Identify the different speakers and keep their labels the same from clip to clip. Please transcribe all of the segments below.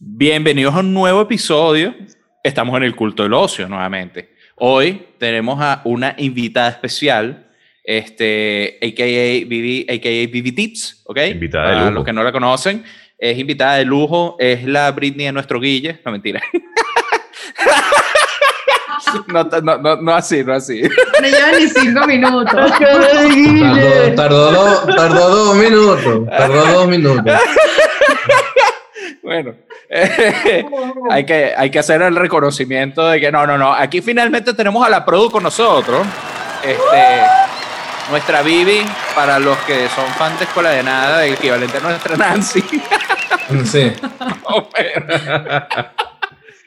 Speaker 1: Bienvenidos a un nuevo episodio. Estamos en el culto del ocio nuevamente. Hoy tenemos a una invitada especial, este, a.k.a. Vivi, a.k.a. Vivi Tips, ¿ok?
Speaker 2: Invitada de
Speaker 1: Para
Speaker 2: lujo.
Speaker 1: los que no la conocen, es invitada de lujo, es la Britney de nuestro Guille. No, mentira. No, no, no, no así, no así.
Speaker 3: No lleva ni cinco minutos.
Speaker 4: Tardó, tardó dos, tardó dos minutos. Tardó dos minutos.
Speaker 1: Bueno, eh, hay, que, hay que hacer el reconocimiento de que no, no, no. Aquí finalmente tenemos a la Produ con nosotros. Este, nuestra Vivi, para los que son fans de Escuela de Nada, el equivalente a nuestra Nancy.
Speaker 4: Sí,
Speaker 1: No, pero-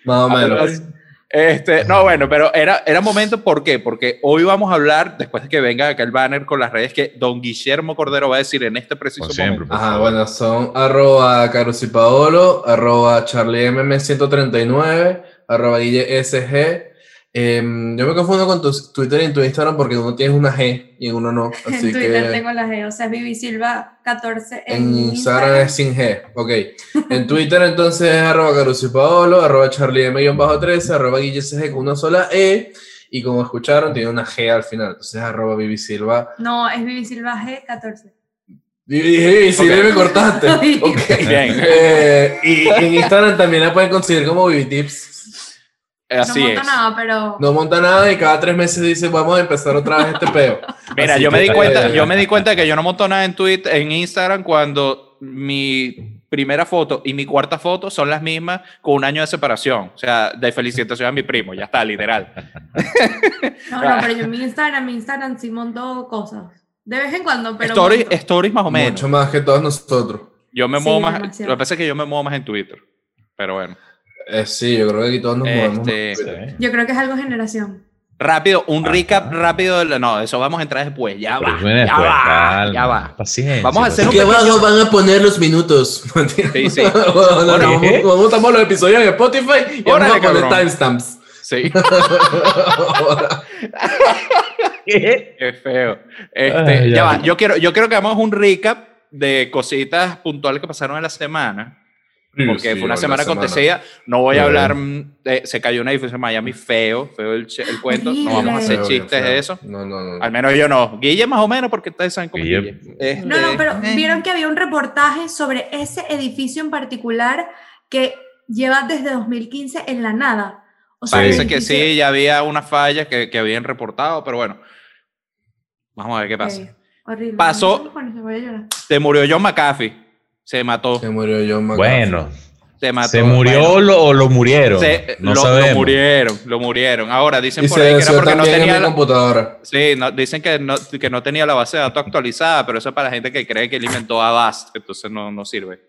Speaker 4: más o menos.
Speaker 1: este, no, bueno, pero era, era momento, ¿por qué? Porque hoy vamos a hablar, después de que venga acá el banner con las redes, que don Guillermo Cordero va a decir en este preciso
Speaker 2: Como siempre,
Speaker 1: momento.
Speaker 2: por
Speaker 4: Ajá,
Speaker 2: favor.
Speaker 4: bueno, son arroba Carlos y Paolo, arroba CharlieMM139, arroba GuilleSG. Em, yo me confundo con tu Twitter y tu Instagram porque uno tienes una G y en uno no.
Speaker 3: En
Speaker 4: Así
Speaker 3: Twitter
Speaker 4: que
Speaker 3: tengo la G, o sea, es Vivi Silva 14 en,
Speaker 4: en Instagram
Speaker 3: Instagram.
Speaker 4: es sin G. Ok. En Twitter entonces es arroba Carlos y Paolo, arroba CharlieM-13, arroba GuilleSG con una sola E. Y como escucharon, tiene una G al final. Entonces arroba Vivi Silva
Speaker 3: No, es Vivi Silva G14.
Speaker 4: Y dije, si
Speaker 1: Ok.
Speaker 4: me cortaste. Ok.
Speaker 1: Bien,
Speaker 4: Eh, y en Instagram también la pueden conseguir como BBTips.
Speaker 1: así
Speaker 3: no
Speaker 1: es.
Speaker 3: monta nada, pero.
Speaker 4: No monta nada y cada tres meses dice, vamos a empezar otra vez este peo.
Speaker 1: Mira,
Speaker 2: Así
Speaker 1: yo me di
Speaker 2: que-
Speaker 1: cuenta, yo me di cuenta que yo no monto nada en Twitter, en Instagram cuando mi primera foto y mi cuarta foto son las mismas con un año de separación, o sea, de felicitación a mi primo, ya está, literal.
Speaker 3: No, no, pero yo en mi Instagram, mi Instagram sí monto cosas. De vez en cuando, pero.
Speaker 1: Stories,
Speaker 3: monto.
Speaker 1: stories más o menos.
Speaker 4: Mucho más que todos nosotros.
Speaker 1: Yo me
Speaker 3: Sí,
Speaker 1: muevo más,
Speaker 3: demasiado.
Speaker 1: lo que pasa es que yo me muevo más en Twitter, pero bueno.
Speaker 4: Eh, sí, yo creo que aquí todos nos movemos.
Speaker 1: Este,
Speaker 2: Sí.
Speaker 3: Yo creo que es algo generación.
Speaker 1: rápido, un
Speaker 2: Ajá.
Speaker 1: recap rápido, de la- no, eso vamos a entrar después, ya
Speaker 2: Pero
Speaker 1: va,
Speaker 2: viene
Speaker 1: ya
Speaker 2: después,
Speaker 1: va,
Speaker 2: calma,
Speaker 1: ya va.
Speaker 2: paciencia,
Speaker 1: Vamos a hacer
Speaker 4: Aquí abajo van a poner los minutos.
Speaker 1: Sí, sí.
Speaker 4: Bueno, no,
Speaker 2: Órale.
Speaker 4: vamos- vamos a tomar los episodios en Spotify y vamos
Speaker 1: Órale,
Speaker 4: a poner
Speaker 1: cabrón.
Speaker 4: timestamps.
Speaker 1: Sí,
Speaker 4: Ahora,
Speaker 2: ¿Qué?
Speaker 1: qué feo. Este,
Speaker 2: Ay,
Speaker 1: ya
Speaker 2: ya.
Speaker 1: va, yo quiero, yo quiero que hagamos un recap de cositas puntuales que pasaron en la semana.
Speaker 4: Sí,
Speaker 1: porque fue una
Speaker 4: la
Speaker 1: semana acontecida. No voy a
Speaker 2: Sí.
Speaker 1: hablar mm, de- se cayó una edificio en Miami feo, feo el, che- el cuento. No vamos a
Speaker 3: Horrible.
Speaker 1: hacer
Speaker 4: Feo,
Speaker 1: chistes
Speaker 4: feo.
Speaker 1: de eso.
Speaker 4: No, no, no.
Speaker 1: Al menos yo no. Guille más o menos, porque ustedes saben cómo es
Speaker 2: Guille-
Speaker 1: Guille. Este,
Speaker 3: No, no, pero
Speaker 1: eh,
Speaker 3: vieron que había un reportaje sobre ese edificio en particular que lleva desde 2015 en la nada. O sea,
Speaker 1: Parece
Speaker 3: el
Speaker 1: que
Speaker 3: edificio-
Speaker 1: sí, ya había unas fallas que, que habían reportado, pero bueno. Vamos a ver qué pasa.
Speaker 3: Ok, Horrible.
Speaker 1: Pasó-
Speaker 3: No sé por qué voy a llorar.
Speaker 1: Se murió John McAfee. Se mató.
Speaker 4: Se murió John McAfee.
Speaker 2: Bueno,
Speaker 1: Se mató.
Speaker 2: ¿se murió
Speaker 1: Bueno,
Speaker 2: lo- o lo murieron?
Speaker 1: se-
Speaker 2: no
Speaker 1: lo, lo
Speaker 2: sabemos.
Speaker 1: murieron, lo murieron. Ahora dicen
Speaker 4: Y
Speaker 1: por
Speaker 4: se
Speaker 1: ahí que era
Speaker 4: venció
Speaker 1: porque
Speaker 4: también
Speaker 1: no tenía.
Speaker 4: en mi
Speaker 1: la-
Speaker 4: computadora.
Speaker 1: Sí, no, dicen que no, que no tenía la base de datos actualizada, pero eso es para la gente que cree que él inventó Avast, entonces no, no sirve.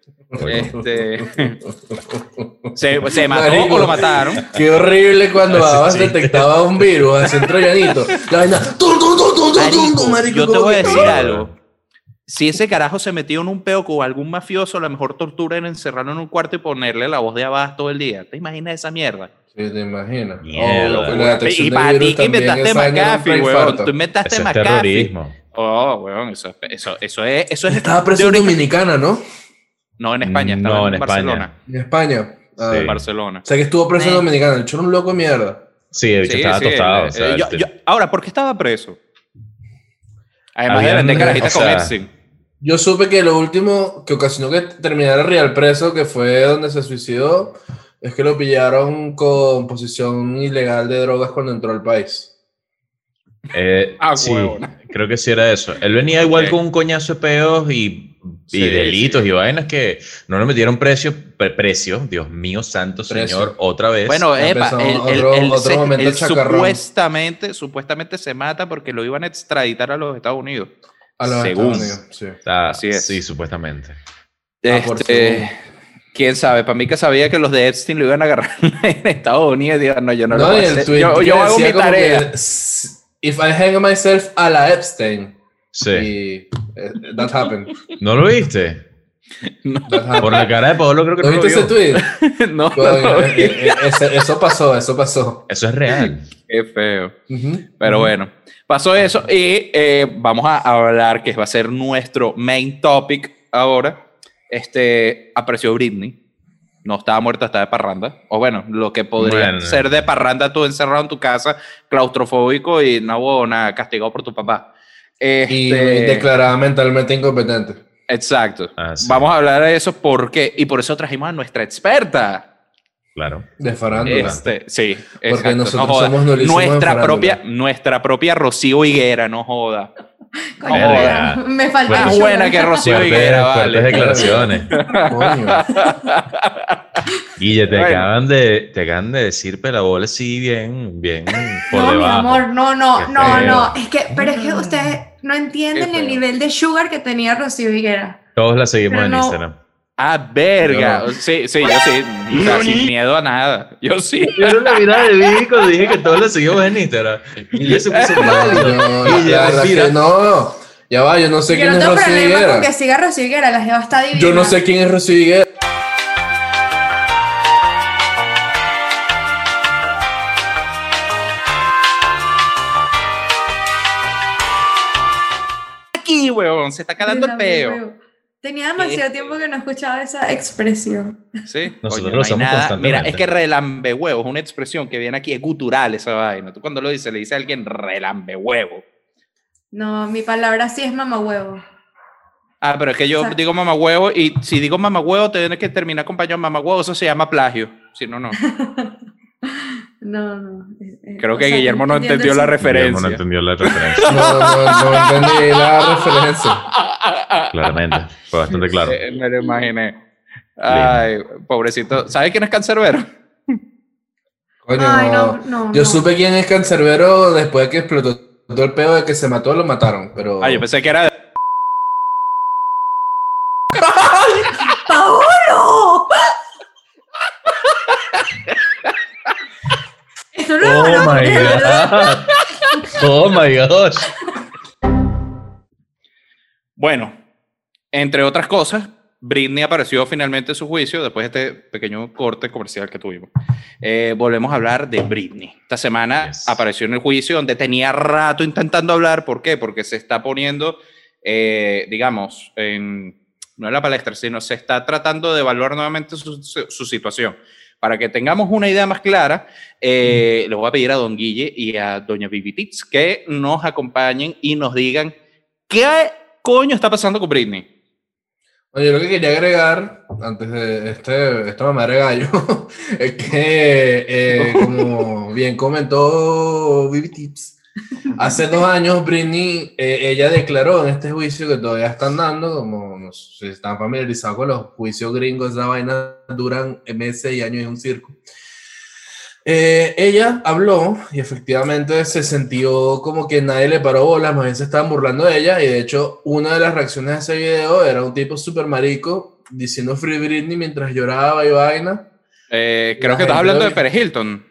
Speaker 1: Eh, Este, se, se mató
Speaker 4: Marico.
Speaker 1: o lo mataron.
Speaker 4: Qué horrible cuando
Speaker 2: Ese
Speaker 4: Abbas
Speaker 2: chiste.
Speaker 4: detectaba un virus así un troyanito. La vaina. tum, tum, tum, tum, tum, tum,
Speaker 1: Marico,
Speaker 4: tum, marico,
Speaker 1: yo te
Speaker 4: como
Speaker 1: voy a
Speaker 4: que-
Speaker 1: decir
Speaker 2: Sí.
Speaker 1: algo. Si ese carajo se metió en un peo con algún mafioso, la mejor tortura era encerrarlo en un cuarto y ponerle la voz de Avast todo el día. ¿Te imaginas esa mierda?
Speaker 4: Sí, te imaginas.
Speaker 2: Mierda.
Speaker 4: Oh, la detección
Speaker 1: Y
Speaker 4: de
Speaker 1: para ti
Speaker 4: virus
Speaker 1: que
Speaker 4: también,
Speaker 1: inventaste
Speaker 4: esa vaina era un
Speaker 1: McAfee, weón.
Speaker 4: infarto.
Speaker 1: Tú inventaste
Speaker 2: Eso es
Speaker 1: McAfee.
Speaker 2: terrorismo.
Speaker 1: Oh, weón, eso, eso, eso es... Eso es
Speaker 4: Estaba preso en
Speaker 1: teórica-
Speaker 4: Dominicana, ¿no?
Speaker 1: No, en España, estaba
Speaker 2: No,
Speaker 1: en,
Speaker 2: en España.
Speaker 1: Barcelona.
Speaker 4: En España. Ah,
Speaker 2: Sí.
Speaker 1: En Barcelona.
Speaker 4: O sea que estuvo preso en
Speaker 3: Sí.
Speaker 4: Dominicana. El choro un loco de mierda.
Speaker 2: Sí, de hecho
Speaker 1: Sí,
Speaker 2: estaba
Speaker 1: sí,
Speaker 2: tostado.
Speaker 1: eh,
Speaker 2: o sea, este,
Speaker 1: yo-
Speaker 2: te-
Speaker 1: yo- ahora, ¿por qué estaba preso? Además de
Speaker 2: Habían-
Speaker 1: vender carajitas
Speaker 2: o
Speaker 1: con
Speaker 2: sea,
Speaker 1: Epstein.
Speaker 4: Yo supe que lo último que ocasionó que terminara Real preso, que fue donde se suicidó, es que lo pillaron con posesión ilegal de drogas cuando entró al país.
Speaker 2: eh,
Speaker 1: Ah,
Speaker 2: sí,
Speaker 1: huevona.
Speaker 2: creo que sí era eso. Él venía igual
Speaker 1: Ok.
Speaker 2: con un coñazo de peos y, y
Speaker 1: Sí,
Speaker 2: delitos
Speaker 1: sí.
Speaker 2: y vainas que no le metieron precio, pre- precio, Dios mío, santo
Speaker 4: Precio.
Speaker 2: señor, otra vez.
Speaker 1: Bueno,
Speaker 4: Ya
Speaker 1: epa,
Speaker 4: empezó
Speaker 1: él, él-
Speaker 4: otro-
Speaker 1: él
Speaker 4: otro
Speaker 1: se-
Speaker 4: momento
Speaker 1: él
Speaker 4: chacarrón.
Speaker 1: supuestamente, supuestamente se mata porque lo iban a extraditar a los Estados Unidos.
Speaker 4: A los
Speaker 1: Según.
Speaker 4: Estados Unidos, sí.
Speaker 2: Ah,
Speaker 1: así es.
Speaker 2: Sí, supuestamente.
Speaker 4: Ah, por
Speaker 1: Este, quién sabe, para mí que sabía que los de Epstein lo iban a agarrar en Estados Unidos y digan, no, yo no,
Speaker 4: No,
Speaker 1: lo voy
Speaker 4: y
Speaker 1: a
Speaker 4: el
Speaker 1: hacer.
Speaker 4: tweet
Speaker 1: Yo,
Speaker 4: que
Speaker 1: yo hago
Speaker 4: decía
Speaker 1: mi
Speaker 4: como
Speaker 1: tarea.
Speaker 4: que, "S- If I hang myself a la Epstein.
Speaker 2: Sí.
Speaker 4: Y eh, that happened.
Speaker 2: ¿No lo viste?
Speaker 4: That happened.
Speaker 2: Por la cara de Pablo creo que
Speaker 4: ¿No
Speaker 2: no lo
Speaker 4: viste ese
Speaker 2: vio.
Speaker 4: tweet?
Speaker 1: No, no,
Speaker 4: Coño,
Speaker 1: no,
Speaker 4: eh, eh, ese- eso pasó, eso pasó.
Speaker 2: Eso es real.
Speaker 1: qué feo.
Speaker 4: Ujú.
Speaker 1: Pero bueno, pasó eso y eh, vamos a hablar, que va a ser nuestro main topic ahora. Este, apareció Britney. no estaba muerta, estaba de parranda. O bueno, lo que podría
Speaker 2: Bueno.
Speaker 1: ser de parranda tú encerrado en tu casa, claustrofóbico y no hubo nada castigado por tu papá. Este,
Speaker 4: Y declarada mentalmente incompetente.
Speaker 1: Exacto.
Speaker 2: Ah, sí,
Speaker 1: Vamos a hablar de eso porque, y por eso trajimos a nuestra experta.
Speaker 2: Claro.
Speaker 4: De farándula.
Speaker 1: Este, sí, exacto, no
Speaker 4: nosotros
Speaker 1: joda.
Speaker 4: somos nulísimos en
Speaker 1: nuestra
Speaker 4: farándula.
Speaker 1: propia, nuestra propia Rocío Higuera, no joda.
Speaker 3: Coño,
Speaker 2: Verga.
Speaker 3: mira, me falta.
Speaker 2: Bueno.
Speaker 1: Más
Speaker 3: el sugar.
Speaker 1: buena que Rocío
Speaker 2: Fuertes,
Speaker 1: Higuera,
Speaker 2: fuertes
Speaker 1: vale.
Speaker 2: declaraciones.
Speaker 4: Coño.
Speaker 2: Guille, te,
Speaker 1: Bueno.
Speaker 2: acaban de, te acaban de decir pelabola sí bien, bien por
Speaker 3: No, mi
Speaker 2: debajo.
Speaker 3: amor, no, no,
Speaker 2: Qué
Speaker 3: no,
Speaker 2: feo.
Speaker 3: no. Es que, pero es
Speaker 4: Mm.
Speaker 3: que ustedes no entienden
Speaker 1: Qué
Speaker 3: el
Speaker 1: feo.
Speaker 3: nivel de sugar que tenía Rocío Higuera.
Speaker 2: Todos la seguimos
Speaker 3: Pero
Speaker 2: en
Speaker 3: no.
Speaker 2: Instagram.
Speaker 1: Ah, verga.
Speaker 4: Yo
Speaker 1: Sí, sí, yo sí. O sea, sin miedo a nada. Yo sí.
Speaker 2: Yo era la mirada de Vivi cuando dije que todos la seguimos en Instagram. Y yo se puso mal.
Speaker 4: No,
Speaker 2: Y ya,
Speaker 4: la verdad
Speaker 2: mira.
Speaker 4: que no. Ya va, yo no sé
Speaker 3: Yo
Speaker 4: quién
Speaker 3: no
Speaker 4: es
Speaker 3: tengo
Speaker 4: Rocío
Speaker 3: problema
Speaker 4: Higuera.
Speaker 3: con que siga Rocío Higuera, la jeva está divina.
Speaker 4: Yo no sé quién es Rocío Higuera.
Speaker 1: Aquí, weón, se está cagando el
Speaker 3: Dios
Speaker 1: peo.
Speaker 3: mío. Tenía demasiado tiempo que no escuchaba esa expresión.
Speaker 1: Sí,
Speaker 2: Nosotros
Speaker 1: coño,
Speaker 2: lo
Speaker 1: no hay
Speaker 2: usamos
Speaker 1: nada.
Speaker 2: constantemente.
Speaker 1: Mira, es que relambe huevo es una expresión que viene aquí, es gutural esa vaina. Tú cuando lo dices, le dices a alguien relambe huevo.
Speaker 3: No, mi palabra sí es mamahuevo.
Speaker 1: Ah, pero es que yo
Speaker 3: O sea-
Speaker 1: digo mamá huevo y si digo mamá huevo, tienes que terminar acompañado mamá huevo, eso se llama plagio. Si no, no.
Speaker 3: No, no. eh, eh,
Speaker 1: Creo
Speaker 3: o
Speaker 1: que
Speaker 3: sea,
Speaker 1: Guillermo no
Speaker 3: entiendo
Speaker 1: entendió
Speaker 3: eso.
Speaker 1: la
Speaker 2: Guillermo no
Speaker 1: referencia.
Speaker 2: entendió la referencia,
Speaker 4: No, no, no entendí la referencia.
Speaker 2: claramente. Fue bastante claro.
Speaker 1: Eh, me lo imaginé. Ay, pobrecito. ¿Sabes quién es Cancerbero?
Speaker 4: Coño,
Speaker 3: Ay, no,
Speaker 4: no.
Speaker 3: no.
Speaker 4: Yo
Speaker 3: no.
Speaker 4: supe quién es Cancerbero después de que explotó todo el pedo de que se mató, lo mataron. Pero.
Speaker 1: Ah, yo pensé que era de...
Speaker 3: ¡Paolo! Esto no lo
Speaker 2: Oh
Speaker 3: van a
Speaker 2: my
Speaker 3: poner, ¿verdad?
Speaker 2: god. Oh my gosh.
Speaker 1: Bueno, entre otras cosas, Britney apareció finalmente en su juicio después de este pequeño corte comercial que tuvimos. Eh, volvemos a hablar de Britney. Esta semana
Speaker 2: Yes.
Speaker 1: apareció en el juicio donde tenía rato intentando hablar. ¿Por qué? Porque se está poniendo, eh, digamos, en, no en la palestra, sino se está tratando de evaluar nuevamente su, su- su situación. Para que tengamos una idea más clara, eh, les voy a pedir a Don Guille y a Doña Vivitix que nos acompañen y nos digan qué coño está pasando con Britney.
Speaker 4: Oye, lo que quería agregar, antes de este, esta mamá de gallo, es que, eh, como bien comentó Vivi Tips, hace dos años Britney, eh, ella declaró en este juicio que todavía están dando, como no sé si están familiarizados con los juicios gringos, esa vaina duran meses y años en un circo. Eh, ella habló y efectivamente se sintió como que nadie le paró bolas, más bien se estaban burlando de ella y de hecho una de las reacciones de ese video era un tipo súper marico diciendo Free Britney mientras lloraba y vaina.
Speaker 1: Eh, creo
Speaker 4: La
Speaker 1: que estás
Speaker 4: gente
Speaker 1: hablando de
Speaker 4: odia.
Speaker 1: Pérez Hilton.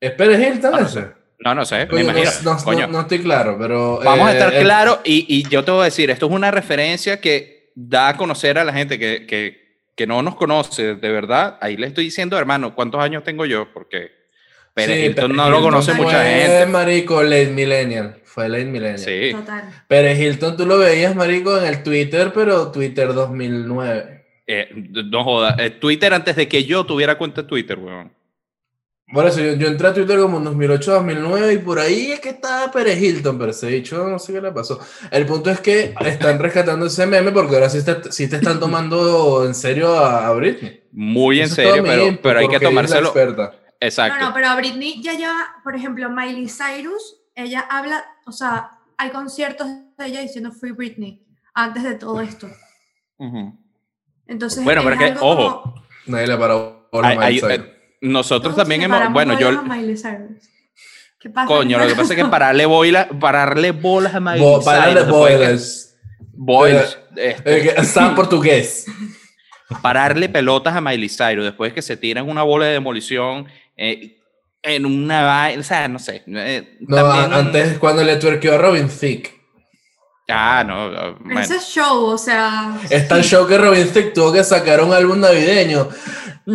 Speaker 4: ¿Es Pérez Hilton
Speaker 1: Ah, no
Speaker 4: ese?
Speaker 1: No, no sé, me
Speaker 4: Coño, no-
Speaker 1: imagino.
Speaker 4: no, no-
Speaker 1: Coño.
Speaker 4: no estoy claro, pero...
Speaker 1: Vamos a
Speaker 4: eh,
Speaker 1: estar
Speaker 4: eh,
Speaker 1: claro y, y yo te voy a decir, esto es una referencia que da a conocer a la gente que, que, que no nos conoce, de verdad. Ahí le estoy diciendo, hermano, ¿cuántos años tengo yo? Porque Pérez
Speaker 4: sí,
Speaker 1: Hilton
Speaker 4: Pérez
Speaker 1: no lo conoce
Speaker 4: Hilton
Speaker 1: mucha
Speaker 4: fue,
Speaker 1: gente.
Speaker 4: marico, late millennial. Fue late millennial.
Speaker 1: Sí.
Speaker 3: Total.
Speaker 4: Pérez Hilton tú lo veías, marico, en el Twitter, pero Twitter 2009.
Speaker 1: Eh, no joda. eh, Twitter antes de que yo tuviera cuenta de Twitter, weón.
Speaker 4: Por eso yo, yo entré a Twitter como en 2008, 2009 y por ahí es que estaba Pérez Hilton, pero se ha dicho, no sé qué le pasó. El punto es que están rescatando ese meme porque ahora sí, está- sí te están tomando en serio a, a Britney.
Speaker 1: Muy en
Speaker 4: Eso es todo
Speaker 1: serio,
Speaker 4: mi
Speaker 1: pero,
Speaker 4: input,
Speaker 1: pero hay que
Speaker 4: porque ella es la
Speaker 1: tomárselo.
Speaker 4: experta.
Speaker 1: Exacto.
Speaker 3: No, no, pero a Britney ya lleva, por ejemplo, Miley Cyrus, ella habla, o sea, hay conciertos de ella diciendo Free Britney antes de todo esto.
Speaker 1: Ujú.
Speaker 3: Entonces,
Speaker 1: Bueno, pero es que,
Speaker 3: algo como-
Speaker 1: ojo,
Speaker 4: Nadie le paró bola
Speaker 1: Hay-
Speaker 4: a Miley
Speaker 1: hay-
Speaker 4: Cyrus.
Speaker 1: eh, nosotros
Speaker 3: todos
Speaker 1: también
Speaker 3: le
Speaker 1: hemos.
Speaker 3: paramos
Speaker 1: Bueno, yo.
Speaker 3: bolas a Miley Cyrus. ¿Qué pasa?
Speaker 1: Coño, lo que pasa es que pararle, boila, pararle bolas a Miley
Speaker 4: Bo-
Speaker 1: Cyrus,
Speaker 4: Para de
Speaker 1: no puede que-
Speaker 4: boilers.
Speaker 1: Boils, este,
Speaker 4: Eh, que- Está en portugués.
Speaker 1: pararle pelotas a Miley Cyrus después que se tiran una bola de demolición eh, en una vaina, o sea, no sé. eh,
Speaker 4: No,
Speaker 1: también-
Speaker 4: a- antes cuando le twerqueó a Robin Thicke.
Speaker 1: Ah, no. ah,
Speaker 3: Pero
Speaker 1: bueno.
Speaker 3: ese es show, o sea.
Speaker 4: Es tan show que Robin Thicke tuvo que sacar un álbum navideño.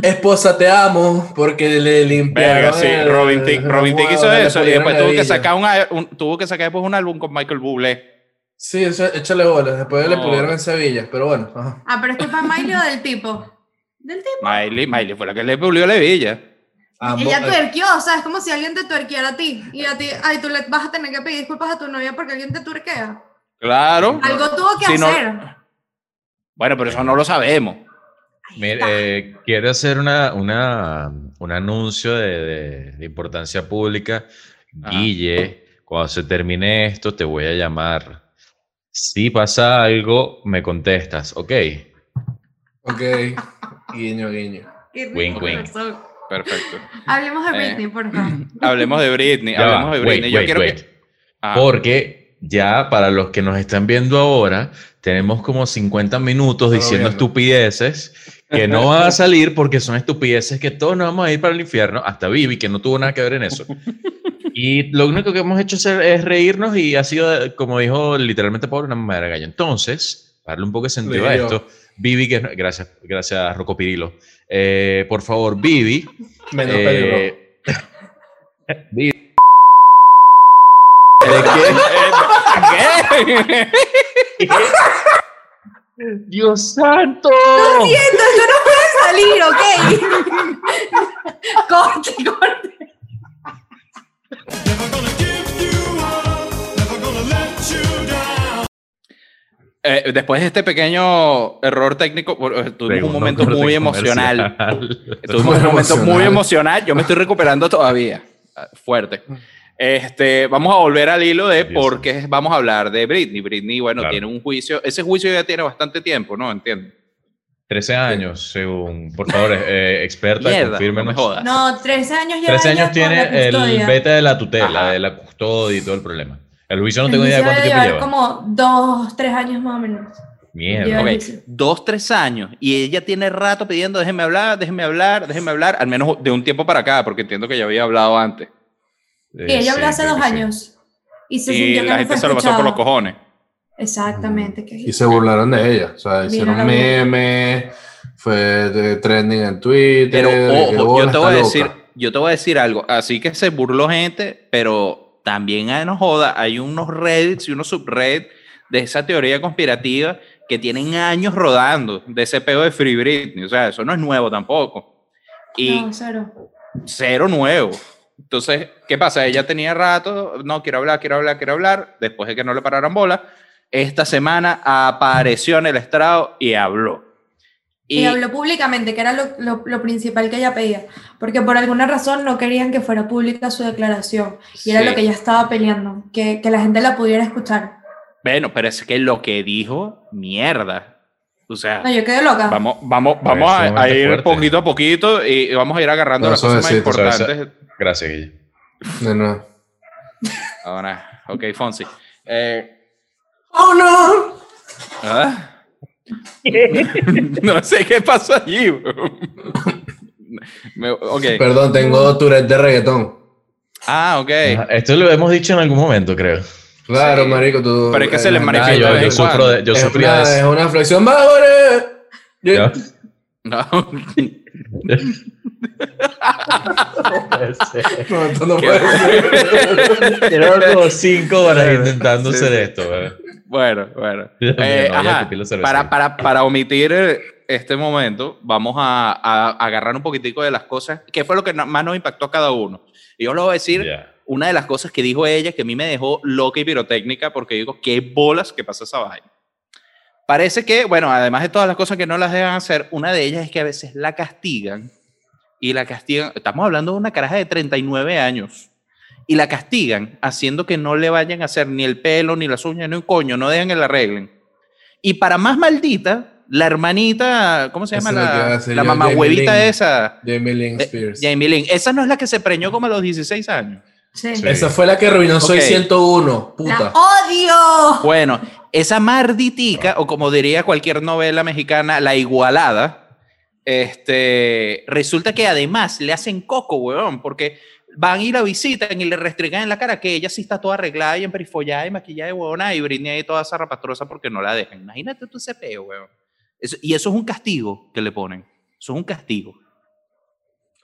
Speaker 4: Esposa, te amo, porque le limpiaron.
Speaker 1: Verga, sí,
Speaker 4: el-
Speaker 1: Robin Thicke, Robin Thicke hizo
Speaker 4: le
Speaker 1: eso y
Speaker 4: pulieron
Speaker 1: después
Speaker 4: la
Speaker 1: tuvo que
Speaker 4: villa.
Speaker 1: sacar un, un- tuvo que sacar después un álbum con Michael Bublé.
Speaker 4: Sí, eso, échale bolas. Después le
Speaker 1: No.
Speaker 4: pulieron en Sevilla, pero bueno. ajá.
Speaker 3: Ah, pero es culpa de Miley o del tipo. del tipo.
Speaker 1: Miley, Miley fue la que le publicó la villa.
Speaker 4: Ambos-
Speaker 3: Ella tuerqueó, o sea, es como si alguien te tuerqueara a ti. Y a ti, ay, tú le vas a tener que pedir disculpas a tu novia porque alguien te tuerquea.
Speaker 1: Claro.
Speaker 3: Algo tuvo que
Speaker 1: Si no-
Speaker 3: hacer.
Speaker 1: Bueno, pero eso no lo sabemos.
Speaker 2: Mira, eh, quiero hacer una, una, un anuncio de, de- de importancia pública.
Speaker 1: Ajá.
Speaker 2: Guille, cuando se termine esto, te voy a llamar. Si pasa algo, me contestas, ¿ok?
Speaker 4: Ok. Guiño, guiño.
Speaker 3: Qué rico
Speaker 2: Wink, wink.
Speaker 3: corazón.
Speaker 1: Perfecto.
Speaker 3: Hablemos de
Speaker 1: Eh.
Speaker 3: Britney, por favor.
Speaker 1: Hablemos de Britney.
Speaker 2: Ya va,
Speaker 1: hablemos de Britney.
Speaker 2: wait,
Speaker 1: Yo
Speaker 2: wait,
Speaker 1: quiero
Speaker 2: wait.
Speaker 1: que. Ah,
Speaker 2: Porque ya para los que nos están viendo ahora, tenemos como 50 minutos
Speaker 4: Estaba
Speaker 2: diciendo
Speaker 4: viendo.
Speaker 2: estupideces que no van a salir porque son estupideces que todos nos vamos a ir para el infierno, hasta Vivi, que no tuvo nada que ver en eso. Y lo único que hemos hecho es, es reírnos y ha sido, eh, como dijo literalmente Pablo, una mamá gallo. Entonces, para darle un poco de sentido a
Speaker 4: Leo.
Speaker 2: esto, Vivi, que gracias, gracias Rocco Pirilo. Eh, por favor, Vivi,
Speaker 4: Menos
Speaker 2: eh,
Speaker 4: peligro.
Speaker 2: ¿De qué?
Speaker 1: ¿Qué?
Speaker 2: ¡Dios santo!
Speaker 3: Lo siento, yo no puedo salir, ¿ok? corte, corte.
Speaker 1: Eh, después de este pequeño error técnico, por- eh, tuvimos un
Speaker 2: Segundo
Speaker 1: momento
Speaker 2: corte
Speaker 1: muy
Speaker 2: comercial.
Speaker 1: emocional. Tuvimos un momento muy emocional. Yo me estoy recuperando todavía. Ah, Fuerte. Este, vamos a volver al hilo de
Speaker 2: Dios
Speaker 1: por qué vamos a hablar de Britney. Britney, bueno,
Speaker 2: Claro.
Speaker 1: tiene un juicio. Ese juicio ya tiene bastante tiempo, ¿no? Entiendo.
Speaker 2: 13 años, según. Por favor, eh, experta,
Speaker 1: Mierda, no me
Speaker 2: confírmenos.
Speaker 1: jodas.
Speaker 3: No, 13 años lleva
Speaker 2: 13 años
Speaker 3: ella con la
Speaker 2: tiene el
Speaker 3: custodia.
Speaker 2: beta de la tutela,
Speaker 1: Ajá.
Speaker 2: de la custodia y todo el problema. El juicio no
Speaker 3: El
Speaker 2: tengo idea de
Speaker 3: juicio
Speaker 2: cuánto
Speaker 3: debe
Speaker 2: tiempo
Speaker 3: llevar
Speaker 2: lleva.
Speaker 3: como dos, tres años más o menos.
Speaker 2: Mierda.
Speaker 3: lleva-
Speaker 1: Ok,
Speaker 3: Claro, sí.
Speaker 1: Dos, tres años. Y ella tiene rato pidiendo, déjenme hablar, déjenme hablar, déjenme hablar, al menos de un tiempo para acá, porque entiendo que ya había hablado antes.
Speaker 2: Eh,
Speaker 3: Y ella habló hace dos años. Y se
Speaker 1: Y
Speaker 3: sintió que
Speaker 1: la
Speaker 3: no
Speaker 1: gente
Speaker 3: fue
Speaker 1: se lo pasó por los
Speaker 3: escuchada.
Speaker 1: cojones.
Speaker 3: Exactamente. que-
Speaker 4: Y se burlaron de ella. O sea, hicieron
Speaker 3: la burla.
Speaker 4: memes. Fue de trending en Twitter.
Speaker 1: Pero
Speaker 4: de que
Speaker 1: ojo, yo
Speaker 4: bola,
Speaker 1: te voy a
Speaker 4: está
Speaker 1: decir,
Speaker 4: loca.
Speaker 1: yo te voy a decir algo. Así que se burló gente, pero también ah, no joda, hay unos Reddits y unos subreddits de esa teoría conspirativa que tienen años rodando de ese peo de Free Britney. O sea, eso no es nuevo tampoco. Y
Speaker 3: No, cero.
Speaker 1: cero nuevo. Entonces, ¿qué pasa? Ella tenía rato, no, quiero hablar, quiero hablar, quiero hablar, después de que no le pararan bola, esta semana apareció en el estrado y habló.
Speaker 3: Y,
Speaker 1: Y,
Speaker 3: habló públicamente, que era lo, lo- lo principal que ella pedía. Porque por alguna razón no querían que fuera pública su declaración. Y era
Speaker 1: Sí.
Speaker 3: lo que ella estaba peleando, que, que la gente la pudiera escuchar.
Speaker 1: bueno, pero es que lo que dijo, mierda. O sea,
Speaker 3: No, yo quedé loca.
Speaker 1: vamos, vamos,
Speaker 2: Pero
Speaker 1: vamos
Speaker 2: es
Speaker 1: a, a
Speaker 2: sumamente
Speaker 1: ir
Speaker 2: fuerte.
Speaker 1: poquito a poquito y vamos a ir agarrando
Speaker 4: No,
Speaker 1: las
Speaker 4: eso
Speaker 1: cosas más
Speaker 4: decir, o
Speaker 2: sea,
Speaker 1: importantes.
Speaker 2: Gracias, Guille.
Speaker 4: De nuevo.
Speaker 1: Ahora, ok, Fonsi. Eh,
Speaker 4: ¡Oh, no!
Speaker 1: ¿ah? no sé qué pasó allí. bro. Me- ok.
Speaker 4: Perdón, tengo Tourette de reggaetón.
Speaker 1: Ah, ok.
Speaker 2: Ajá, Esto lo hemos dicho en algún momento, creo.
Speaker 4: Claro,
Speaker 1: Sí.
Speaker 4: marico, tú...
Speaker 1: Pero es que se les
Speaker 4: eh,
Speaker 1: manifiesta
Speaker 2: Ah,
Speaker 1: de
Speaker 2: yo,
Speaker 1: vez
Speaker 2: yo
Speaker 1: en
Speaker 2: sufro
Speaker 1: cuando.
Speaker 2: de, yo
Speaker 4: es,
Speaker 2: sufría
Speaker 4: una,
Speaker 2: de
Speaker 4: es
Speaker 2: eso.
Speaker 4: una flexión, ¡vámonos! Yo-
Speaker 2: ¿Ya?
Speaker 1: No,
Speaker 4: No, esto no
Speaker 1: Qué
Speaker 4: puede ser.
Speaker 2: Llevamos como cinco horas intentando hacer esto. weón.
Speaker 1: bueno, bueno.
Speaker 2: Dios mío,
Speaker 1: Eh,
Speaker 2: no, ya
Speaker 1: ajá,
Speaker 2: escupí la cerveza.
Speaker 1: para, para, para omitir eh, este momento, vamos a, a agarrar un poquitico de las cosas. ¿Qué fue lo que na- más nos impactó a cada uno? Y Yo les voy a decir
Speaker 2: Ya.
Speaker 1: una de las cosas que dijo ella que a mí me dejó loca y pirotécnica porque digo, qué bolas que pasa esa vaina. Parece que, bueno, además de todas las cosas que no las dejan hacer, una de ellas es que a veces la castigan y la castigan, estamos hablando de una caraja de 39 años, y la castigan haciendo que no le vayan a hacer ni el pelo, ni las uñas, ni un coño, no dejan que la arreglen. Y para más maldita, la hermanita, ¿cómo se
Speaker 4: Eso
Speaker 1: llama?
Speaker 4: es lo que iba a
Speaker 1: La,
Speaker 4: decir
Speaker 1: la
Speaker 4: yo, Jamie
Speaker 1: mamahuevita
Speaker 4: Lynn.
Speaker 1: esa,
Speaker 4: Jamie Lynn
Speaker 1: Eh,
Speaker 4: Spears.
Speaker 1: Jamie Lynn. Esa no es la que se preñó como a los 16 años.
Speaker 3: Sí.
Speaker 2: Sí.
Speaker 4: Esa fue la que arruinó Soy
Speaker 1: Ok.
Speaker 3: ¡La
Speaker 4: 101, puta.
Speaker 3: odio!
Speaker 1: Bueno, esa marditica, o como diría cualquier novela mexicana, la igualada, este, resulta que además le hacen coco, weón, porque van y la visitan y le restregan en la cara que ella sí está toda arreglada y emperifollada y maquillada y weona y Britney ahí toda zarrapastrosa porque no la dejan. Imagínate tú ese peo, weón. Eso- y eso es un castigo que le ponen. Eso es un castigo.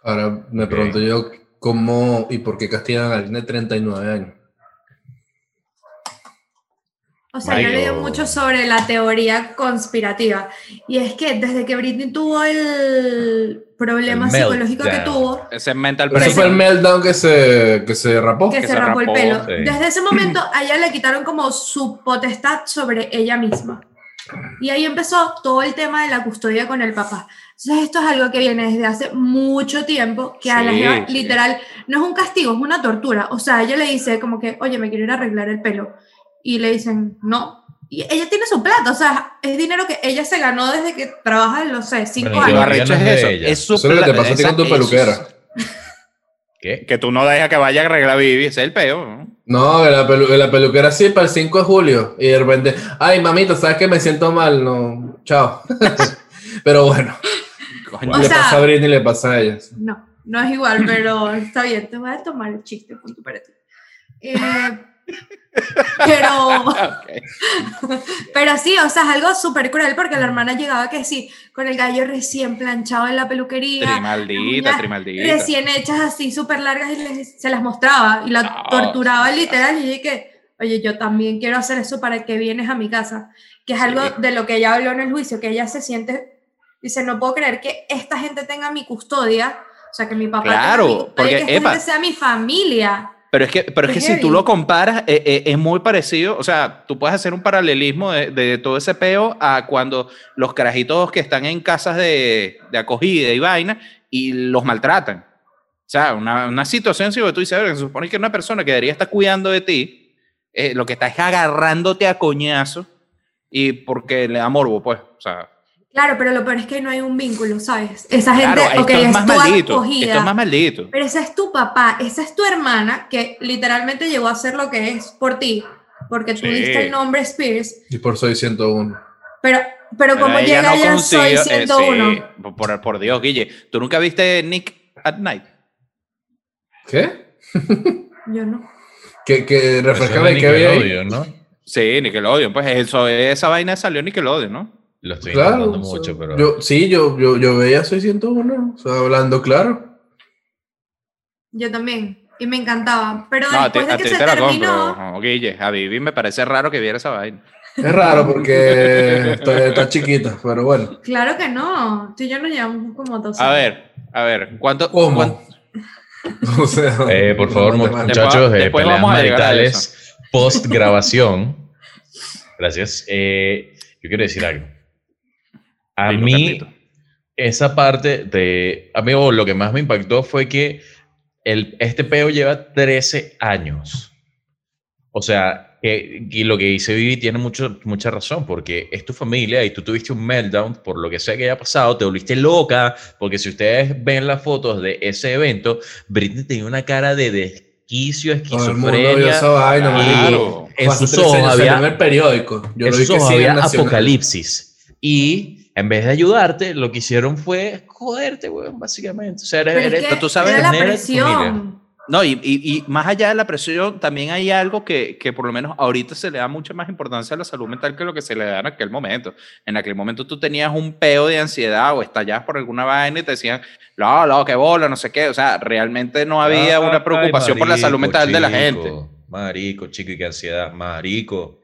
Speaker 4: Ahora me pregunto yo cómo y por qué castigan a alguien de 39 años.
Speaker 3: O sea, yo he leído mucho sobre la teoría conspirativa. Y es que desde que Britney tuvo el problema
Speaker 2: El
Speaker 3: psicológico que
Speaker 2: meltdown.
Speaker 3: tuvo,
Speaker 1: Ese es mental
Speaker 4: Ese fue el
Speaker 1: breakdown.
Speaker 4: meltdown que se, que se rapó.
Speaker 3: que,
Speaker 1: que
Speaker 3: se
Speaker 1: se
Speaker 3: rapó el
Speaker 1: rapó,
Speaker 3: pelo,
Speaker 2: sí.
Speaker 3: desde ese momento a ella le quitaron como su potestad sobre ella misma. Y ahí empezó todo el tema de la custodia con el papá. Entonces esto es algo que viene desde hace mucho tiempo, que a la
Speaker 1: Sí,
Speaker 3: jeva,
Speaker 1: sí.
Speaker 3: literal, no es un castigo, es una tortura. O sea, ella le dice como que, oye, me quiero ir a arreglar el pelo. Y le dicen, no. Y ella tiene su plata, o sea, es dinero que ella se ganó desde que trabaja, no sé, cinco
Speaker 2: Bueno, y
Speaker 1: Lo
Speaker 3: años.
Speaker 1: arrecho es
Speaker 2: no es
Speaker 1: eso.
Speaker 2: de ella.
Speaker 1: Es su
Speaker 4: Eso es lo que te
Speaker 1: plata,
Speaker 4: pasó a ti
Speaker 1: esa-
Speaker 4: con tu
Speaker 1: eso es-
Speaker 4: peluquera.
Speaker 2: ¿Qué?
Speaker 1: Que tú no dejas que vaya a arreglar Vivi, ese es el peo. ¿no?
Speaker 4: No, que la, pelu- que la peluquera sí para el 5 de julio. Y de repente, ay, mamita, ¿sabes que me siento mal? No, chao. Pero bueno,
Speaker 1: Coño.
Speaker 3: O
Speaker 4: le
Speaker 3: sea-
Speaker 4: pasa a Britney, le pasa a ellas.
Speaker 3: No, no es igual, pero está bien, te voy a tomar el chiste con tu pareja. Eh, pero, pero sí, o sea, es algo súper cruel porque la hermana llegaba que sí, con el gallo recién planchado en la peluquería,
Speaker 1: Trimaldita,
Speaker 3: Ya,
Speaker 1: trimaldita.
Speaker 3: recién hechas así súper largas y les- se las mostraba y la
Speaker 1: No,
Speaker 3: torturaba
Speaker 1: sí,
Speaker 3: literal y dije que, oye, yo también quiero hacer eso para que vienes a mi casa, que es algo de lo que ella habló en el juicio, que ella se siente, dice, no puedo creer que esta gente tenga mi custodia, o sea, que mi papá tenga
Speaker 1: Claro,
Speaker 3: mi custodia,
Speaker 1: porque,
Speaker 3: que esta
Speaker 1: epa.
Speaker 3: gente sea mi familia.
Speaker 1: Pero es que, pero es
Speaker 3: Qué
Speaker 1: que si tú
Speaker 3: heavy.
Speaker 1: lo comparas, eh, eh, es muy parecido. O sea, tú puedes hacer un paralelismo de, de todo ese peo a cuando los carajitos que están en casas de, de acogida y vaina y los maltratan. O sea, una, una situación, si tú dices, "Verga, se supone que una persona que debería estar cuidando de ti, eh, lo que está es agarrándote a coñazo y porque le da morbo, pues. O sea,
Speaker 3: Claro, pero lo peor es que no hay un vínculo, ¿sabes? Esa gente,
Speaker 1: claro, esto
Speaker 3: ok,
Speaker 1: es
Speaker 3: es
Speaker 1: más
Speaker 3: tu
Speaker 1: maldito.
Speaker 3: acogida,
Speaker 1: Esto es más maldito.
Speaker 3: pero esa es tu papá, esa es tu hermana que literalmente llegó a ser lo que es por ti, porque tú
Speaker 1: Sí.
Speaker 3: diste el nombre Spears,
Speaker 4: Y por soy 101.
Speaker 3: pero, pero como
Speaker 1: ella
Speaker 3: llega ya soy
Speaker 1: consiguió- eh,
Speaker 3: 101.
Speaker 1: sí, por- por, por Dios, Guille. ¿Tú nunca viste Nick at Night?
Speaker 4: ¿Qué?
Speaker 3: Yo no.
Speaker 4: Que, que refrescame
Speaker 2: Eso es de
Speaker 4: que había ahí.
Speaker 2: Nickelodeon, ¿no?
Speaker 1: Sí, Nickelodeon. Pues eso, esa vaina salió en Nickelodeon, ¿no?
Speaker 2: Lo estoy
Speaker 4: Claro.
Speaker 2: intentando
Speaker 4: o
Speaker 2: mucho,
Speaker 4: sea,
Speaker 2: pero...
Speaker 4: yo, sí, yo, yo, yo veía soy 101. O sea, hablando claro.
Speaker 3: Yo también. Y me encantaba. Pero
Speaker 1: No, a ti,
Speaker 3: después
Speaker 1: a
Speaker 3: de que
Speaker 1: ti
Speaker 3: se
Speaker 1: te la
Speaker 3: terminó.
Speaker 1: compro, no, Guille. A Vivi me parece raro que viera esa vaina.
Speaker 4: Es raro porque está, está chiquita, pero bueno.
Speaker 3: Claro que no. Tú y yo nos llevamos como dos
Speaker 1: A
Speaker 3: años.
Speaker 1: ver, a ver, ¿cuánto? cuán-
Speaker 4: ¿Cómo? O sea,
Speaker 2: Eh, por favor, mu-
Speaker 4: matemática.
Speaker 2: muchachos, eh,
Speaker 1: después
Speaker 2: peleas
Speaker 1: vamos a llegar a
Speaker 2: maritales post grabación. Gracias. Eh, yo quiero decir algo. A
Speaker 1: Dilo,
Speaker 2: mí,
Speaker 1: Carlito.
Speaker 2: esa parte de. A mí, oh, lo que más me impactó fue que el, este peo lleva 13 años. O sea, que- y lo que dice Vivi tiene mucho, mucha razón, porque es tu familia y tú tuviste un meltdown por lo que sea que haya pasado, te volviste loca, porque si ustedes ven las fotos de ese evento, Britney tenía una cara de desquicio,
Speaker 4: Todo el mundo vio
Speaker 2: esquizofrenia.
Speaker 4: esa vaina, marico.
Speaker 1: Claro.
Speaker 2: Claro. En
Speaker 4: Hace
Speaker 2: sus
Speaker 4: tres
Speaker 2: ojos
Speaker 4: años salió en
Speaker 2: había
Speaker 4: el periódico. Yo lo vi
Speaker 2: esos
Speaker 4: que
Speaker 2: ojos
Speaker 4: sí en
Speaker 2: había
Speaker 4: Nacional.
Speaker 2: apocalipsis. Y en vez de ayudarte, lo que hicieron fue joderte, weón, básicamente. O sea, eres,
Speaker 3: Pero es
Speaker 2: eres-
Speaker 3: que
Speaker 1: tú sabes
Speaker 3: era la
Speaker 2: tener a tu
Speaker 3: presión.
Speaker 1: No, y, y- y más allá de la presión, también hay algo que, que por lo menos ahorita se le da mucha más importancia a la salud mental que lo que se le da en aquel momento. En aquel momento tú tenías un peo de ansiedad o estallabas por alguna vaina y te decían, no, no, qué bola, no sé qué. O sea, realmente no había
Speaker 2: Ah, Ay,
Speaker 1: una preocupación por la salud
Speaker 2: marico,
Speaker 1: mental de la
Speaker 2: chico,
Speaker 1: gente.
Speaker 2: Marico, chico, y qué ansiedad. Marico.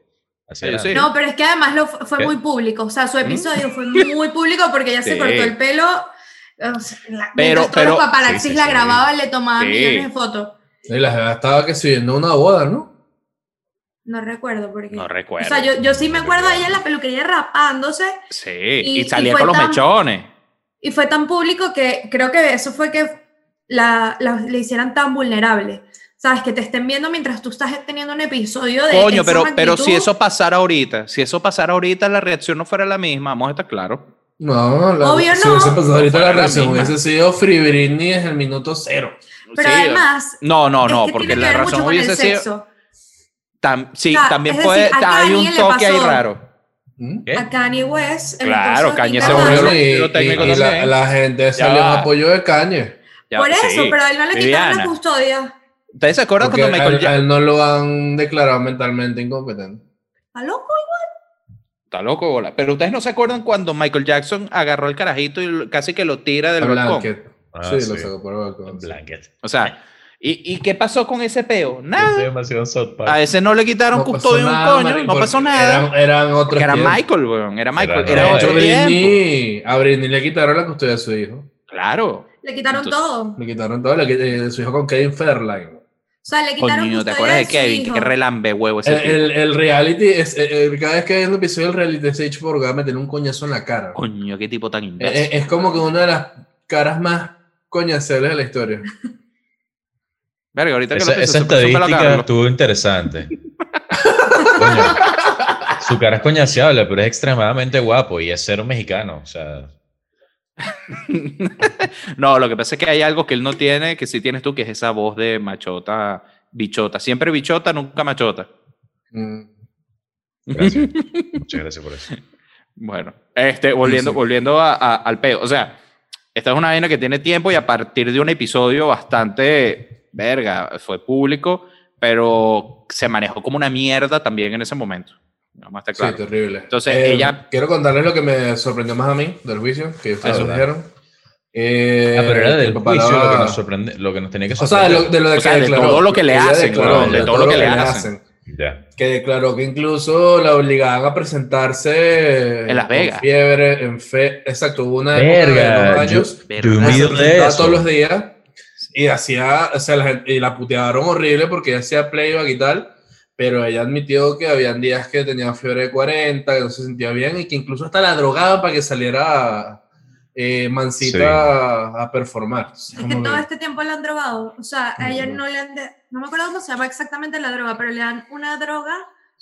Speaker 2: Hacia
Speaker 1: Yo
Speaker 2: adelante.
Speaker 1: sí. ¿Mm?
Speaker 3: No, pero es que además lo fu- fue
Speaker 2: ¿Qué?
Speaker 3: muy público. O sea, su episodio fue muy público porque ella se
Speaker 1: Sí.
Speaker 3: cortó el pelo. o sea, la- mientras
Speaker 1: Pero-
Speaker 3: todos
Speaker 1: pero-
Speaker 3: los paparazzis
Speaker 2: sí, sí,
Speaker 3: la
Speaker 2: sí.
Speaker 3: grababan, le tomaban
Speaker 1: Sí.
Speaker 3: millones de fotos.
Speaker 4: Y la jeva estaba que subiendo una boda, ¿no?
Speaker 3: No recuerdo porque.
Speaker 1: No
Speaker 3: o
Speaker 1: recuerdo.
Speaker 3: sea, yo, yo sí me
Speaker 2: No
Speaker 3: acuerdo de
Speaker 2: recuerdo.
Speaker 3: ella en la peluquería rapándose
Speaker 1: sí,
Speaker 3: y-
Speaker 1: y,
Speaker 3: y
Speaker 1: salía
Speaker 3: fue
Speaker 1: con los
Speaker 3: tan-
Speaker 1: mechones.
Speaker 3: y fue tan público que creo que eso fue que la, la- le hicieran tan vulnerable. Sabes, que te estén viendo mientras tú estás teniendo un episodio de.
Speaker 1: Coño,
Speaker 3: esa
Speaker 1: pero, pero si
Speaker 3: magnitud.
Speaker 1: eso pasara ahorita, si eso pasara ahorita, la reacción no fuera la misma, vamos a estar claros.
Speaker 4: No, la,
Speaker 3: Obvio
Speaker 4: si
Speaker 3: no.
Speaker 4: hubiese pasado ahorita
Speaker 1: Fuera
Speaker 4: la
Speaker 1: la
Speaker 4: reacción,
Speaker 1: misma.
Speaker 4: hubiese sido Free Britney desde el minuto cero.
Speaker 3: Pero
Speaker 1: Sí,
Speaker 3: además.
Speaker 1: No, no,
Speaker 3: es
Speaker 1: no,
Speaker 3: que
Speaker 1: porque
Speaker 3: tiene que
Speaker 1: la
Speaker 3: ver mucho
Speaker 1: razón
Speaker 3: con el
Speaker 1: hubiese sido.
Speaker 3: sexo.
Speaker 1: tam- sí,
Speaker 3: O sea,
Speaker 1: también
Speaker 3: es
Speaker 1: puede.
Speaker 3: decir, a
Speaker 1: hay un
Speaker 3: Kanye le
Speaker 1: toque ahí
Speaker 3: pasó.
Speaker 1: raro.
Speaker 4: ¿Mm?
Speaker 2: ¿Qué?
Speaker 3: A Kanye West. en el
Speaker 1: Claro,
Speaker 3: concierto de
Speaker 1: Kanye
Speaker 3: Kim
Speaker 1: se
Speaker 4: Ah,
Speaker 1: volvió
Speaker 3: Kardashian.
Speaker 4: bueno, y,
Speaker 1: técnico
Speaker 4: y- y la,
Speaker 1: también.
Speaker 4: la gente salió en
Speaker 1: va.
Speaker 4: apoyo de Kanye.
Speaker 1: Ya,
Speaker 3: Por eso,
Speaker 1: sí.
Speaker 3: pero a él no le quitaron la
Speaker 1: Viviana,
Speaker 3: custodia.
Speaker 1: ¿Ustedes se acuerdan
Speaker 4: Porque
Speaker 1: cuando
Speaker 4: a
Speaker 1: Michael
Speaker 4: él, a
Speaker 1: Jackson?
Speaker 4: él no lo han declarado mentalmente incompetente.
Speaker 3: ¿Está loco?
Speaker 1: Está loco, bola. Pero ustedes no se acuerdan cuando Michael Jackson agarró el carajito y lo- casi que lo tira del balcón.
Speaker 4: Blanket.
Speaker 2: Ah,
Speaker 4: sí,
Speaker 2: sí.
Speaker 4: lo sacó por el balcón.
Speaker 2: Blanket.
Speaker 1: O sea, ¿Y, y qué pasó con ese peo?
Speaker 2: Yo soy
Speaker 1: Nada.
Speaker 2: demasiado South Park.
Speaker 1: A ese no le quitaron
Speaker 4: No pasó
Speaker 1: custodio un
Speaker 4: nada,
Speaker 1: coño,
Speaker 4: marico,
Speaker 1: no
Speaker 4: porque
Speaker 1: pasó nada.
Speaker 4: Eran, eran otros
Speaker 1: Porque era
Speaker 4: tiempos.
Speaker 1: Michael, weón. Era Michael.
Speaker 2: Era
Speaker 1: Era,
Speaker 2: Michael.
Speaker 1: otro
Speaker 4: a
Speaker 1: tiempo.
Speaker 4: Britney, a Britney le quitaron la custodia de su hijo.
Speaker 1: Claro.
Speaker 3: Le quitaron
Speaker 1: Entonces-
Speaker 3: todo.
Speaker 4: Le quitaron todo, le quit- eh, su hijo con Kevin Fairline.
Speaker 3: O sea, le quitaron
Speaker 1: Coño, ¿te
Speaker 3: custodia
Speaker 1: acuerdas de
Speaker 3: su
Speaker 1: Kevin?
Speaker 3: hijo.
Speaker 1: Qué relambe huevo ese
Speaker 4: El,
Speaker 1: tipo.
Speaker 4: Eh, el- el reality, es, eh, eh, cada vez que hay un episodio del reality stage program, me tiene un coñazo en la cara.
Speaker 1: Coño, qué tipo tan
Speaker 4: Eh,
Speaker 1: imbécil.
Speaker 4: eh, es como que una de las caras más coñaceles de la historia.
Speaker 1: Verga, ahorita que
Speaker 2: Esa,
Speaker 1: lo pienso,
Speaker 2: esa
Speaker 1: se presume la
Speaker 2: estadística
Speaker 1: Carlos.
Speaker 2: estuvo interesante. Coño, su cara es coñaseable, pero es extremadamente guapo y es cero mexicano. O sea,
Speaker 1: No, lo que pasa es que hay algo que él no tiene, que sí tienes tú, que es esa voz de machota, bichota. Siempre bichota, nunca machota.
Speaker 4: Mm.
Speaker 2: gracias. Muchas gracias por eso.
Speaker 1: Bueno, este, volviendo,
Speaker 4: Sí, sí.
Speaker 1: volviendo a- a- al peo. O sea, esta es una vaina que tiene tiempo y a partir de un episodio bastante, verga, fue público, pero se manejó como una mierda también en ese momento. Vamos a estar
Speaker 4: Sí,
Speaker 1: claros.
Speaker 4: terrible. Eh,
Speaker 1: Entonces, ella-
Speaker 4: Quiero contarles lo que me sorprendió más a mí del juicio, que ustedes
Speaker 2: Ah,
Speaker 4: lo
Speaker 2: ¿verdad?
Speaker 4: dijeron. Eh,
Speaker 2: Ah, pero era
Speaker 4: que
Speaker 2: del
Speaker 4: papá
Speaker 2: juicio lo
Speaker 4: daba-
Speaker 2: que nos sorprende, lo que nos tenía que
Speaker 4: O sea, de
Speaker 2: sorprender.
Speaker 4: lo, de lo de
Speaker 1: O
Speaker 4: que
Speaker 1: sea, de
Speaker 4: declaró.
Speaker 1: todo lo que le
Speaker 4: Ella
Speaker 1: hacen,
Speaker 4: declaró,
Speaker 1: weón, de todo lo que le hacen.
Speaker 2: Ya.
Speaker 4: Que declaró que incluso la obligaban a presentarse
Speaker 1: En Las
Speaker 4: con
Speaker 1: Vegas.
Speaker 4: Fiebre, en fe, exacto, hubo una época
Speaker 2: Verga,
Speaker 4: de unos
Speaker 2: yo-
Speaker 4: años
Speaker 1: Verga.
Speaker 2: Yo vi un
Speaker 4: se
Speaker 2: video de
Speaker 4: presentaba
Speaker 2: eso.
Speaker 4: todos los días y hacía, o sea, la, gente- y la putearon horrible porque ella hacía playback y tal, pero ella admitió que habían días que tenía fiebre de 40, que no se sentía bien y que incluso hasta la drogaba para que saliera eh, mansita
Speaker 2: Sí.
Speaker 4: a, a performar. Entonces,
Speaker 3: Es que
Speaker 4: como
Speaker 3: todo
Speaker 4: que-
Speaker 3: este tiempo la han drogado. O sea, a ella
Speaker 4: Ujú.
Speaker 3: no le han. de- no me acuerdo cómo se llama exactamente la droga, pero le dan una droga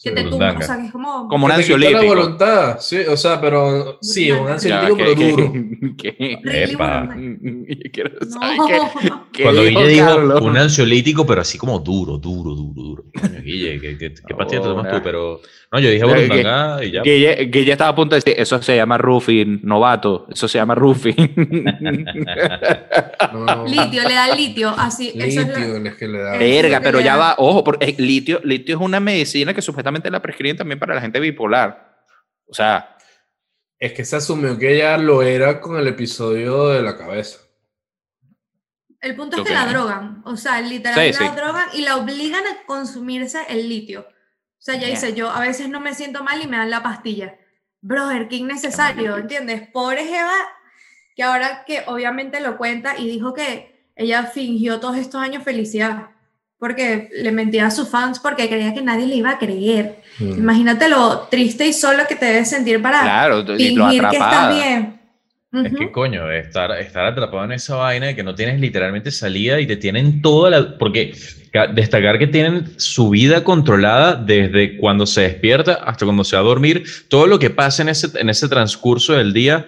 Speaker 3: que
Speaker 4: Sí.
Speaker 3: te tumba. O
Speaker 2: burundanga.
Speaker 3: sea, que es como.
Speaker 1: Como un
Speaker 4: Que te quita la
Speaker 1: ansiolítico.
Speaker 4: voluntad, sí, o sea, pero sí, un
Speaker 1: Ya,
Speaker 4: ansiolítico,
Speaker 1: que-
Speaker 4: pero
Speaker 1: que-
Speaker 4: duro.
Speaker 1: que-
Speaker 3: really
Speaker 2: Epa.
Speaker 3: burundanga.
Speaker 1: Yo quiero saber qué-
Speaker 3: No.
Speaker 1: qué
Speaker 2: Cuando Guille dijo
Speaker 1: Carlos.
Speaker 2: un ansiolítico, pero así como duro, duro, duro, duro. Coño, Guille, ¿qué, qué, qué pastilla te tomas
Speaker 1: Ahora.
Speaker 2: tú? Pero, no, yo dije
Speaker 1: Pero que-
Speaker 2: burundanga y ya.
Speaker 1: Guille, Guille estaba a punto de decir, eso se llama roofing, novato, eso se llama roofing.
Speaker 4: No, no.
Speaker 3: Litio, le da litio. Así. Eso es lo-
Speaker 4: Litio es que le da.
Speaker 3: Eh,
Speaker 1: Verga,
Speaker 3: que
Speaker 1: pero
Speaker 3: le
Speaker 1: ya
Speaker 3: da.
Speaker 1: va, ojo, porque eh, litio, litio es una medicina que supuestamente la prescriben también para la gente bipolar. O sea,
Speaker 4: Es que se asumió que ella lo era con el episodio de la cabeza.
Speaker 3: El punto es
Speaker 1: Lo
Speaker 3: que
Speaker 1: que
Speaker 3: la
Speaker 1: hay.
Speaker 3: drogan. O sea, literalmente
Speaker 1: Sí,
Speaker 3: la
Speaker 1: sí.
Speaker 3: drogan y la obligan a consumirse el litio. O sea, ya
Speaker 1: Yeah.
Speaker 3: dice yo, a veces no me siento mal y me dan la pastilla. Brother, qué innecesario, ¿entiendes? Pobre Jeva, que ahora que obviamente lo cuenta y dijo que ella fingió todos estos años felicidad. Porque le mentía a sus fans porque creía que nadie le iba a creer.
Speaker 4: Mm.
Speaker 3: Imagínate lo triste y solo que te debes sentir para
Speaker 1: claro, y lo
Speaker 3: Ah, fingir que estás
Speaker 1: atrapada.
Speaker 3: bien.
Speaker 2: Es que
Speaker 3: Ujú.
Speaker 2: coño, estar, estar atrapado en esa vaina de que no tienes literalmente salida y te tienen toda la... Porque ca- destacar que tienen su vida controlada desde cuando se despierta hasta cuando se va a dormir, todo lo que pasa en ese, en ese transcurso del día,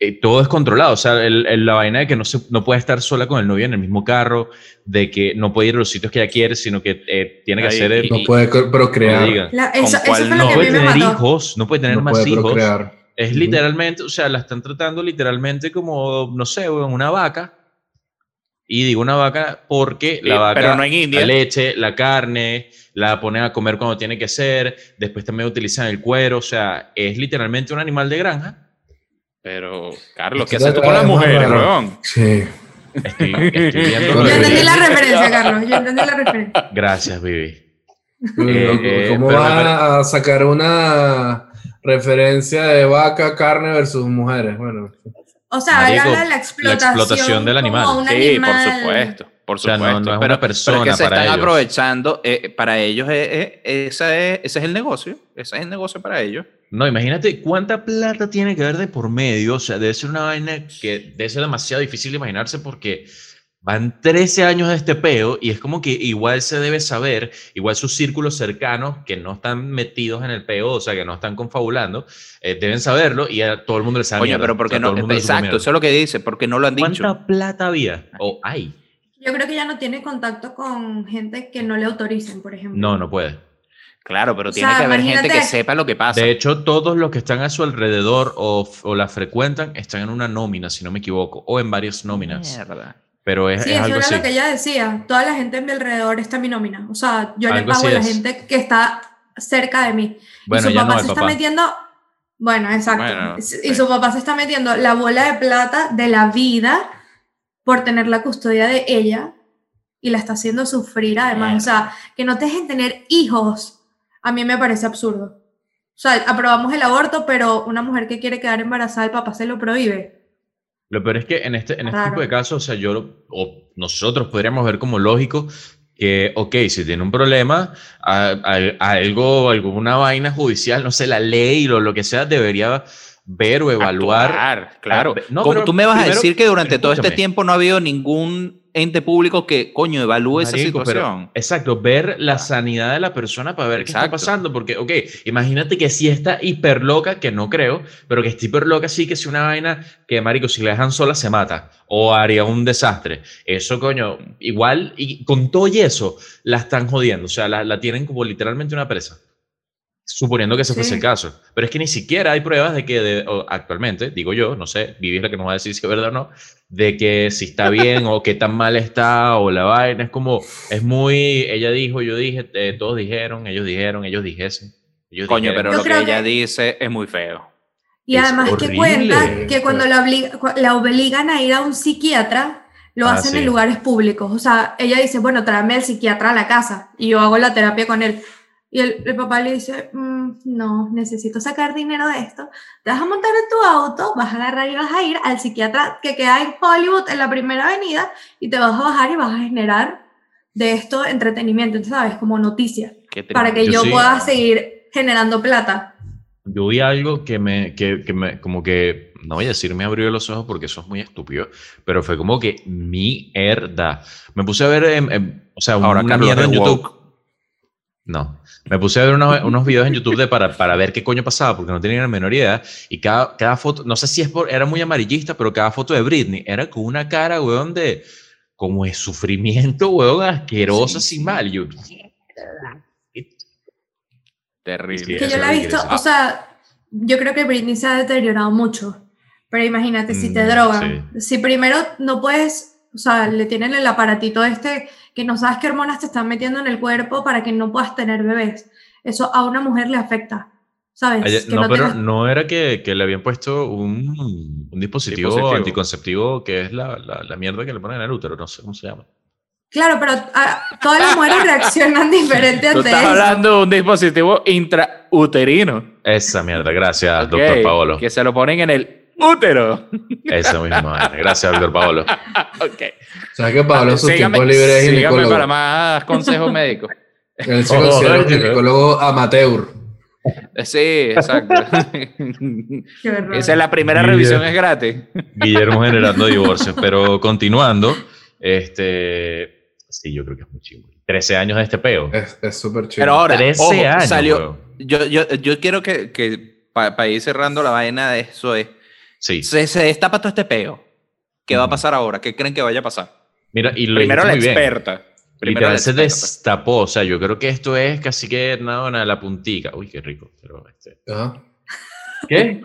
Speaker 2: eh, todo es controlado. O sea, el- el- la vaina de que no, se, no puede estar sola con el novio en el mismo carro, de que no puede ir a los sitios que ella quiere, sino que eh, tiene que
Speaker 1: Ay,
Speaker 2: hacer el...
Speaker 1: y-
Speaker 4: No puede co-
Speaker 2: lo
Speaker 4: procrear.
Speaker 2: digan.
Speaker 3: La- eso, eso
Speaker 1: cuál
Speaker 3: fue lo
Speaker 2: No
Speaker 3: que a
Speaker 2: puede
Speaker 3: mí me
Speaker 2: tener
Speaker 3: mató.
Speaker 2: hijos, no puede tener
Speaker 4: No
Speaker 2: más
Speaker 4: puede
Speaker 2: hijos.
Speaker 4: procrear.
Speaker 2: Es
Speaker 4: Ujú.
Speaker 2: literalmente, o sea, la están tratando literalmente como, no sé, weón, una vaca. Y digo una vaca porque la
Speaker 1: Eh,
Speaker 2: vaca,
Speaker 1: pero no en
Speaker 2: la
Speaker 1: India.
Speaker 2: leche, la carne, la ponen a comer cuando tiene que ser, después también utilizan el cuero, o sea, es literalmente un animal de granja.
Speaker 1: Pero, Carlos, ¿qué
Speaker 4: Esto
Speaker 1: haces tú con las
Speaker 4: otra vez más
Speaker 1: mujeres,
Speaker 4: raro.
Speaker 1: weón?
Speaker 4: Sí.
Speaker 2: Estoy, estoy viendo
Speaker 4: Yo
Speaker 2: lo
Speaker 3: Yo
Speaker 2: de-
Speaker 3: entendí la referencia, Carlos. Yo entendí la referencia.
Speaker 2: Gracias, Vivi. Eh,
Speaker 4: Loco, ¿Cómo
Speaker 2: pero
Speaker 4: van
Speaker 2: me pare-
Speaker 4: a sacar una referencia de vaca, carne versus mujeres? Bueno,
Speaker 3: O sea,
Speaker 2: Marico,
Speaker 3: habla de la explotación,
Speaker 2: explotación del animal.
Speaker 3: como a un
Speaker 1: Sí, por
Speaker 3: animal.
Speaker 1: supuesto, por
Speaker 2: O
Speaker 1: supuesto.
Speaker 2: sea, no- no es una
Speaker 1: pero,
Speaker 2: persona
Speaker 1: pero es que se
Speaker 2: para
Speaker 1: están
Speaker 2: ellos.
Speaker 1: aprovechando, eh, para ellos eh, eh, esa es- ese es el negocio, ese es el negocio para ellos.
Speaker 2: No, imagínate cuánta plata tiene que haber de por medio, o sea, debe ser una vaina que debe ser demasiado difícil de imaginarse porque van 13 años de este peo y es como que igual se debe saber, igual sus círculos cercanos que no están metidos en el peo, o sea, que no están confabulando, eh, deben saberlo y a todo el mundo le sabe.
Speaker 1: Coño,
Speaker 2: mierda,
Speaker 1: pero
Speaker 2: o sea,
Speaker 1: porque
Speaker 2: todo el
Speaker 1: no,
Speaker 2: mundo le supo
Speaker 1: exacto,
Speaker 2: mierda.
Speaker 1: eso es lo que dice, porque no lo han dicho.
Speaker 2: ¿Cuánta plata había? ¿O hay?
Speaker 3: Yo creo que ya no tiene contacto con gente que no le autoricen, por ejemplo.
Speaker 2: No, no puede.
Speaker 1: Claro, pero
Speaker 3: O
Speaker 1: tiene
Speaker 3: sea,
Speaker 1: que haber gente
Speaker 3: imagínate-
Speaker 1: que sepa lo que pasa.
Speaker 2: De hecho, todos los que están a su alrededor o, f- o la frecuentan están en una nómina, si no me equivoco, o en varias nóminas.
Speaker 1: Mierda.
Speaker 2: Pero es,
Speaker 3: Sí,
Speaker 2: es
Speaker 3: eso
Speaker 2: algo
Speaker 3: era
Speaker 2: así.
Speaker 3: lo que ella decía. Toda la gente a mi alrededor está en mi nómina. O sea, yo le
Speaker 2: Algo
Speaker 3: pago a
Speaker 2: así
Speaker 3: la
Speaker 2: es.
Speaker 3: gente que está cerca de mí.
Speaker 2: Bueno,
Speaker 3: y su
Speaker 2: ya
Speaker 3: papá
Speaker 2: no, el
Speaker 3: se
Speaker 2: papá.
Speaker 3: está metiendo. Bueno, exacto.
Speaker 1: Bueno,
Speaker 3: y
Speaker 1: sí.
Speaker 3: su papá se está metiendo la bola de plata de la vida por tener la custodia de ella y la está haciendo sufrir además. O sea, que no te dejen tener hijos, a mí me parece absurdo. O sea, aprobamos el aborto, pero una mujer que quiere quedar embarazada, el papá se lo prohíbe.
Speaker 2: Lo peor es que en este, en este
Speaker 3: Raro.
Speaker 2: tipo de casos, o sea, yo lo- o nosotros podríamos ver como lógico que, ok, si tiene un problema, a- a- algo, alguna vaina judicial, no sé, la ley o lo que sea, debería ver o evaluar.
Speaker 1: Actuar, claro.
Speaker 2: Ah, no,
Speaker 1: Como
Speaker 2: pero
Speaker 1: tú me vas a
Speaker 2: primero-
Speaker 1: decir que durante todo este
Speaker 2: escúchame.
Speaker 1: tiempo no ha habido ningún ente público que, coño, evalúe esa
Speaker 2: Marico, pero-
Speaker 1: situación.
Speaker 2: exacto, ver la sanidad de la persona para ver qué está
Speaker 1: Exacto.
Speaker 2: pasando, porque, ok, imagínate que si está hiperloca, que no creo, pero que está hiperloca sí que si una vaina que, marico, si la dejan sola se mata o haría un desastre. Eso, coño, igual, y con todo y eso, la están jodiendo, o sea, la, la tienen como literalmente una presa. Suponiendo que ese fuese
Speaker 3: Sí.
Speaker 2: el caso. Pero es que ni siquiera hay pruebas de que de- o actualmente, digo yo, no sé, Vivi es la que nos va a decir si es verdad o no, de que si está bien o qué tan mal está o la vaina. Es como, es muy, ella dijo, yo dije, eh, todos dijeron, ellos dijeron, ellos dijesen. ellos
Speaker 1: Coño,
Speaker 2: dijeron.
Speaker 1: pero
Speaker 3: Yo
Speaker 1: lo que
Speaker 3: creo
Speaker 1: ella
Speaker 3: que-
Speaker 1: dice es muy feo.
Speaker 3: Y
Speaker 2: Es
Speaker 3: además que
Speaker 2: horrible.
Speaker 3: cuenta que cuando la, obli- cu- la obligan a ir a un psiquiatra, lo
Speaker 2: Ah,
Speaker 3: hacen
Speaker 2: sí.
Speaker 3: en lugares públicos. O sea, ella dice, bueno, tráeme al psiquiatra a la casa y yo hago la terapia con él. Y el, el papá le dice, "Mm, no, necesito sacar dinero de esto. Te vas a montar en tu auto, vas a agarrar y vas a ir al psiquiatra que queda en Hollywood, en la primera avenida, y te vas a bajar y vas a generar de esto entretenimiento, ¿sabes? Como noticia,
Speaker 1: Qué
Speaker 3: para que
Speaker 1: tremendo.
Speaker 2: Yo
Speaker 3: yo
Speaker 2: sí.
Speaker 3: pueda seguir generando plata.
Speaker 2: Yo vi algo que me, que, que me, como que, no voy a decir me abrió los ojos porque eso es muy estúpido, pero fue como que mierda. Me puse a ver, em, em, o sea,
Speaker 1: Ahora,
Speaker 2: una
Speaker 1: Carlos
Speaker 2: mierda en
Speaker 1: de
Speaker 2: YouTube.
Speaker 1: woke.
Speaker 2: No, me puse a ver unos, unos videos en YouTube de para, para ver qué coño pasaba, porque no tenía la menor idea. Y cada, cada foto, no sé si es por, era muy amarillista, pero cada foto de Britney era con una cara, weón, de como de sufrimiento, weón, asquerosa,
Speaker 1: Sí,
Speaker 2: sin mal. Yo,
Speaker 1: Terrible.
Speaker 2: Sí,
Speaker 3: que yo
Speaker 2: eso
Speaker 3: la
Speaker 2: es
Speaker 3: he
Speaker 2: lo que
Speaker 3: visto,
Speaker 2: quiere decir.
Speaker 3: o sea, yo creo que Britney se ha deteriorado mucho. Pero imagínate, si te
Speaker 2: Mm,
Speaker 3: drogan, si primero no puedes, o sea, le tienen el aparatito este que no sabes qué hormonas te están metiendo en el cuerpo para que no puedas tener bebés. Eso a una mujer le afecta, ¿sabes?
Speaker 2: Ayer-
Speaker 3: que
Speaker 2: no, pero
Speaker 3: tengas-
Speaker 2: no era que, que le habían puesto un, un dispositivo,
Speaker 1: Dispositivo.
Speaker 2: anticonceptivo que es la, la, la mierda que le ponen al útero, no sé cómo se llama.
Speaker 3: Claro, pero ah, todas las mujeres reaccionan diferente
Speaker 1: Tú
Speaker 3: ante
Speaker 1: estás
Speaker 3: eso.
Speaker 1: hablando de un dispositivo intrauterino.
Speaker 2: Esa mierda, gracias,
Speaker 1: Ok,
Speaker 2: doctor Paolo.
Speaker 1: Que se lo ponen en el útero.
Speaker 2: Esa misma vaina. Gracias, doctor Paolo.
Speaker 1: Ok.
Speaker 4: ¿Sabes que Pablo en sus
Speaker 1: Sígame-
Speaker 4: tiempos libres es
Speaker 1: sígame
Speaker 4: ginecólogo?
Speaker 1: para más consejos médicos.
Speaker 4: Él se
Speaker 2: Oh,
Speaker 4: considera un
Speaker 2: oye,
Speaker 4: ginecólogo amateur.
Speaker 1: Eh, Sí, exacto.
Speaker 3: Qué horror.
Speaker 1: Esa es la primera
Speaker 2: Mira.
Speaker 1: revisión, es gratis.
Speaker 2: Guillermo generando divorcios, pero continuando, este, sí, yo creo que es muy chingo. 13 años de este peo.
Speaker 4: Es es súper chido.
Speaker 1: Pero ahora,
Speaker 2: 13
Speaker 1: ojo,
Speaker 2: años.
Speaker 1: salió.
Speaker 2: weón.
Speaker 1: Yo, yo, yo quiero que, para ir cerrando la vaina de eso es.
Speaker 2: Sí.
Speaker 1: Se, se destapa todo este peo. ¿Qué va a pasar ahora? ¿Qué creen que vaya a pasar?
Speaker 2: Mira, y lo
Speaker 1: Primero
Speaker 2: dijiste
Speaker 1: la
Speaker 2: muy bien.
Speaker 1: experta. Primero pues. la
Speaker 2: Literal se
Speaker 1: experta.
Speaker 2: destapó, o sea, yo creo que esto es casi que nada, nada, la puntica. Uy, qué rico. pero, este,
Speaker 4: Ajá.
Speaker 2: ¿Qué?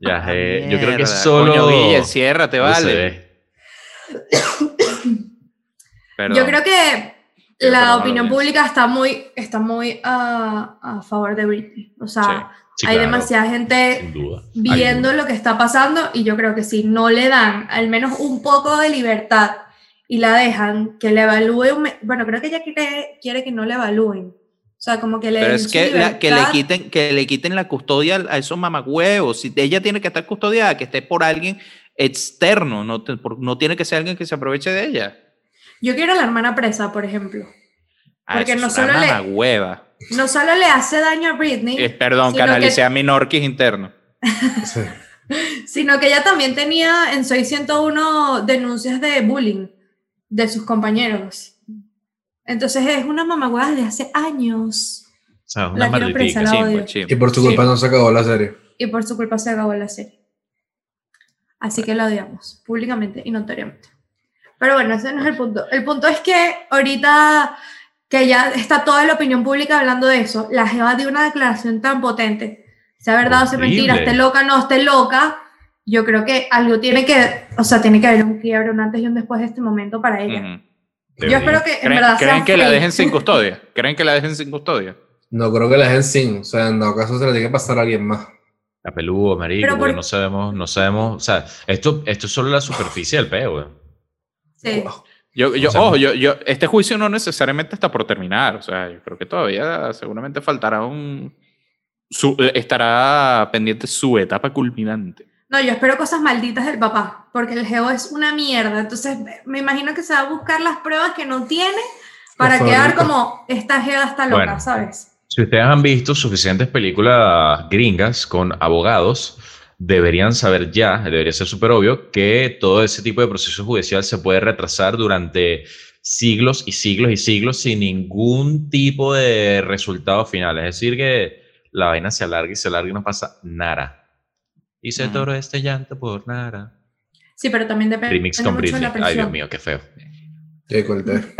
Speaker 2: Ya, eh, yo creo que
Speaker 1: Mierda,
Speaker 2: solo.
Speaker 1: Coño, Guille, enciérrate,
Speaker 2: no
Speaker 1: vale.
Speaker 2: se ve.
Speaker 3: Yo
Speaker 1: Perdón.
Speaker 3: creo que
Speaker 1: Pero
Speaker 3: la
Speaker 1: no lo
Speaker 3: opinión
Speaker 1: pienso.
Speaker 3: pública está muy, está muy ah, a favor de Britney. O sea,
Speaker 1: Sí,
Speaker 2: Sí,
Speaker 3: hay
Speaker 2: claro,
Speaker 3: demasiada gente
Speaker 2: Sin duda.
Speaker 3: viendo lo que está pasando y yo creo que si no le dan al menos un poco de libertad y la dejan que le evalúe, un me- bueno, creo que ella quiere, quiere que no le evalúen. O sea, como que le
Speaker 1: Pero
Speaker 3: den
Speaker 1: es
Speaker 3: su
Speaker 1: que, la- que, le
Speaker 3: libertad.
Speaker 1: quiten, que le quiten la custodia a esos mamagüevos. Si ella tiene que estar custodiada, que esté por alguien externo, no, te- por- no tiene que ser alguien que se aproveche de ella.
Speaker 3: Yo quiero a la hermana presa, por ejemplo. Porque
Speaker 1: Ah, eso
Speaker 3: no
Speaker 1: es una
Speaker 3: solo le-
Speaker 1: mamagüeva.
Speaker 3: No solo le hace daño a Britney,
Speaker 1: Eh, perdón,
Speaker 3: Sino
Speaker 1: canalicé
Speaker 3: que-
Speaker 1: a mi norquis interno.
Speaker 4: Sí.
Speaker 3: sino que ella también tenía en 601 denuncias de bullying de sus compañeros. Entonces es una mamagüeada de hace años.
Speaker 2: O sea, una
Speaker 3: la quiero
Speaker 2: malditica.
Speaker 3: La
Speaker 1: Chimbo,
Speaker 3: odio.
Speaker 1: chimbo.
Speaker 4: Y por su culpa
Speaker 1: pues, Sí.
Speaker 4: no se acabó la serie.
Speaker 3: y por su culpa se acabó la serie. Así que la odiamos, públicamente y notoriamente. Pero bueno, ese no es el punto. El punto es que ahorita que ya está toda la opinión pública hablando de eso, la Jeva dio una declaración tan potente, sea verdad o sea
Speaker 2: Horrible.
Speaker 3: mentira, esté loca o no esté loca, yo creo que algo tiene que, o sea, tiene que haber un quiebre, un antes y un después de este momento para ella.
Speaker 1: Ujú.
Speaker 3: Yo espero que en
Speaker 1: ¿Creen,
Speaker 3: verdad
Speaker 1: creen
Speaker 3: sea
Speaker 1: que la
Speaker 3: free.
Speaker 1: dejen sin custodia? ¿Creen que la dejen sin custodia?
Speaker 4: No creo que la dejen sin. O sea, en dado caso se la tiene que pasar a alguien más.
Speaker 2: La peludo, marico,
Speaker 3: Pero
Speaker 2: porque
Speaker 3: por-
Speaker 2: no sabemos, no sabemos. O sea, esto, esto es solo la superficie del peo, weón.
Speaker 3: Sí.
Speaker 4: Wow.
Speaker 1: Yo, yo,
Speaker 2: O sea,
Speaker 1: ojo, yo, yo, este juicio no necesariamente está por terminar. O sea, yo creo que todavía seguramente faltará un. su- estará pendiente su etapa culminante.
Speaker 3: No, yo espero cosas malditas del papá, porque el geo es una mierda. Entonces, me- me imagino que se va a buscar las pruebas que no tiene para
Speaker 4: favor,
Speaker 3: quedar
Speaker 4: Nico.
Speaker 3: como esta geo está loca,
Speaker 2: Bueno.
Speaker 3: ¿sabes?
Speaker 2: Si ustedes han visto suficientes películas gringas con abogados, deberían saber ya, debería ser súper obvio, que todo ese tipo de proceso judicial se puede retrasar durante siglos y siglos y siglos sin ningún tipo de resultado final. Es decir, que la vaina se alarga y se alarga y no pasa nada. Y se
Speaker 1: Mm.
Speaker 2: toro este llanto por nada.
Speaker 3: Sí, pero también depende
Speaker 2: Remix con
Speaker 3: mucho de
Speaker 2: Britney.
Speaker 3: la
Speaker 2: Ay, Dios
Speaker 3: presión.
Speaker 2: mío, qué feo.
Speaker 4: Te corté.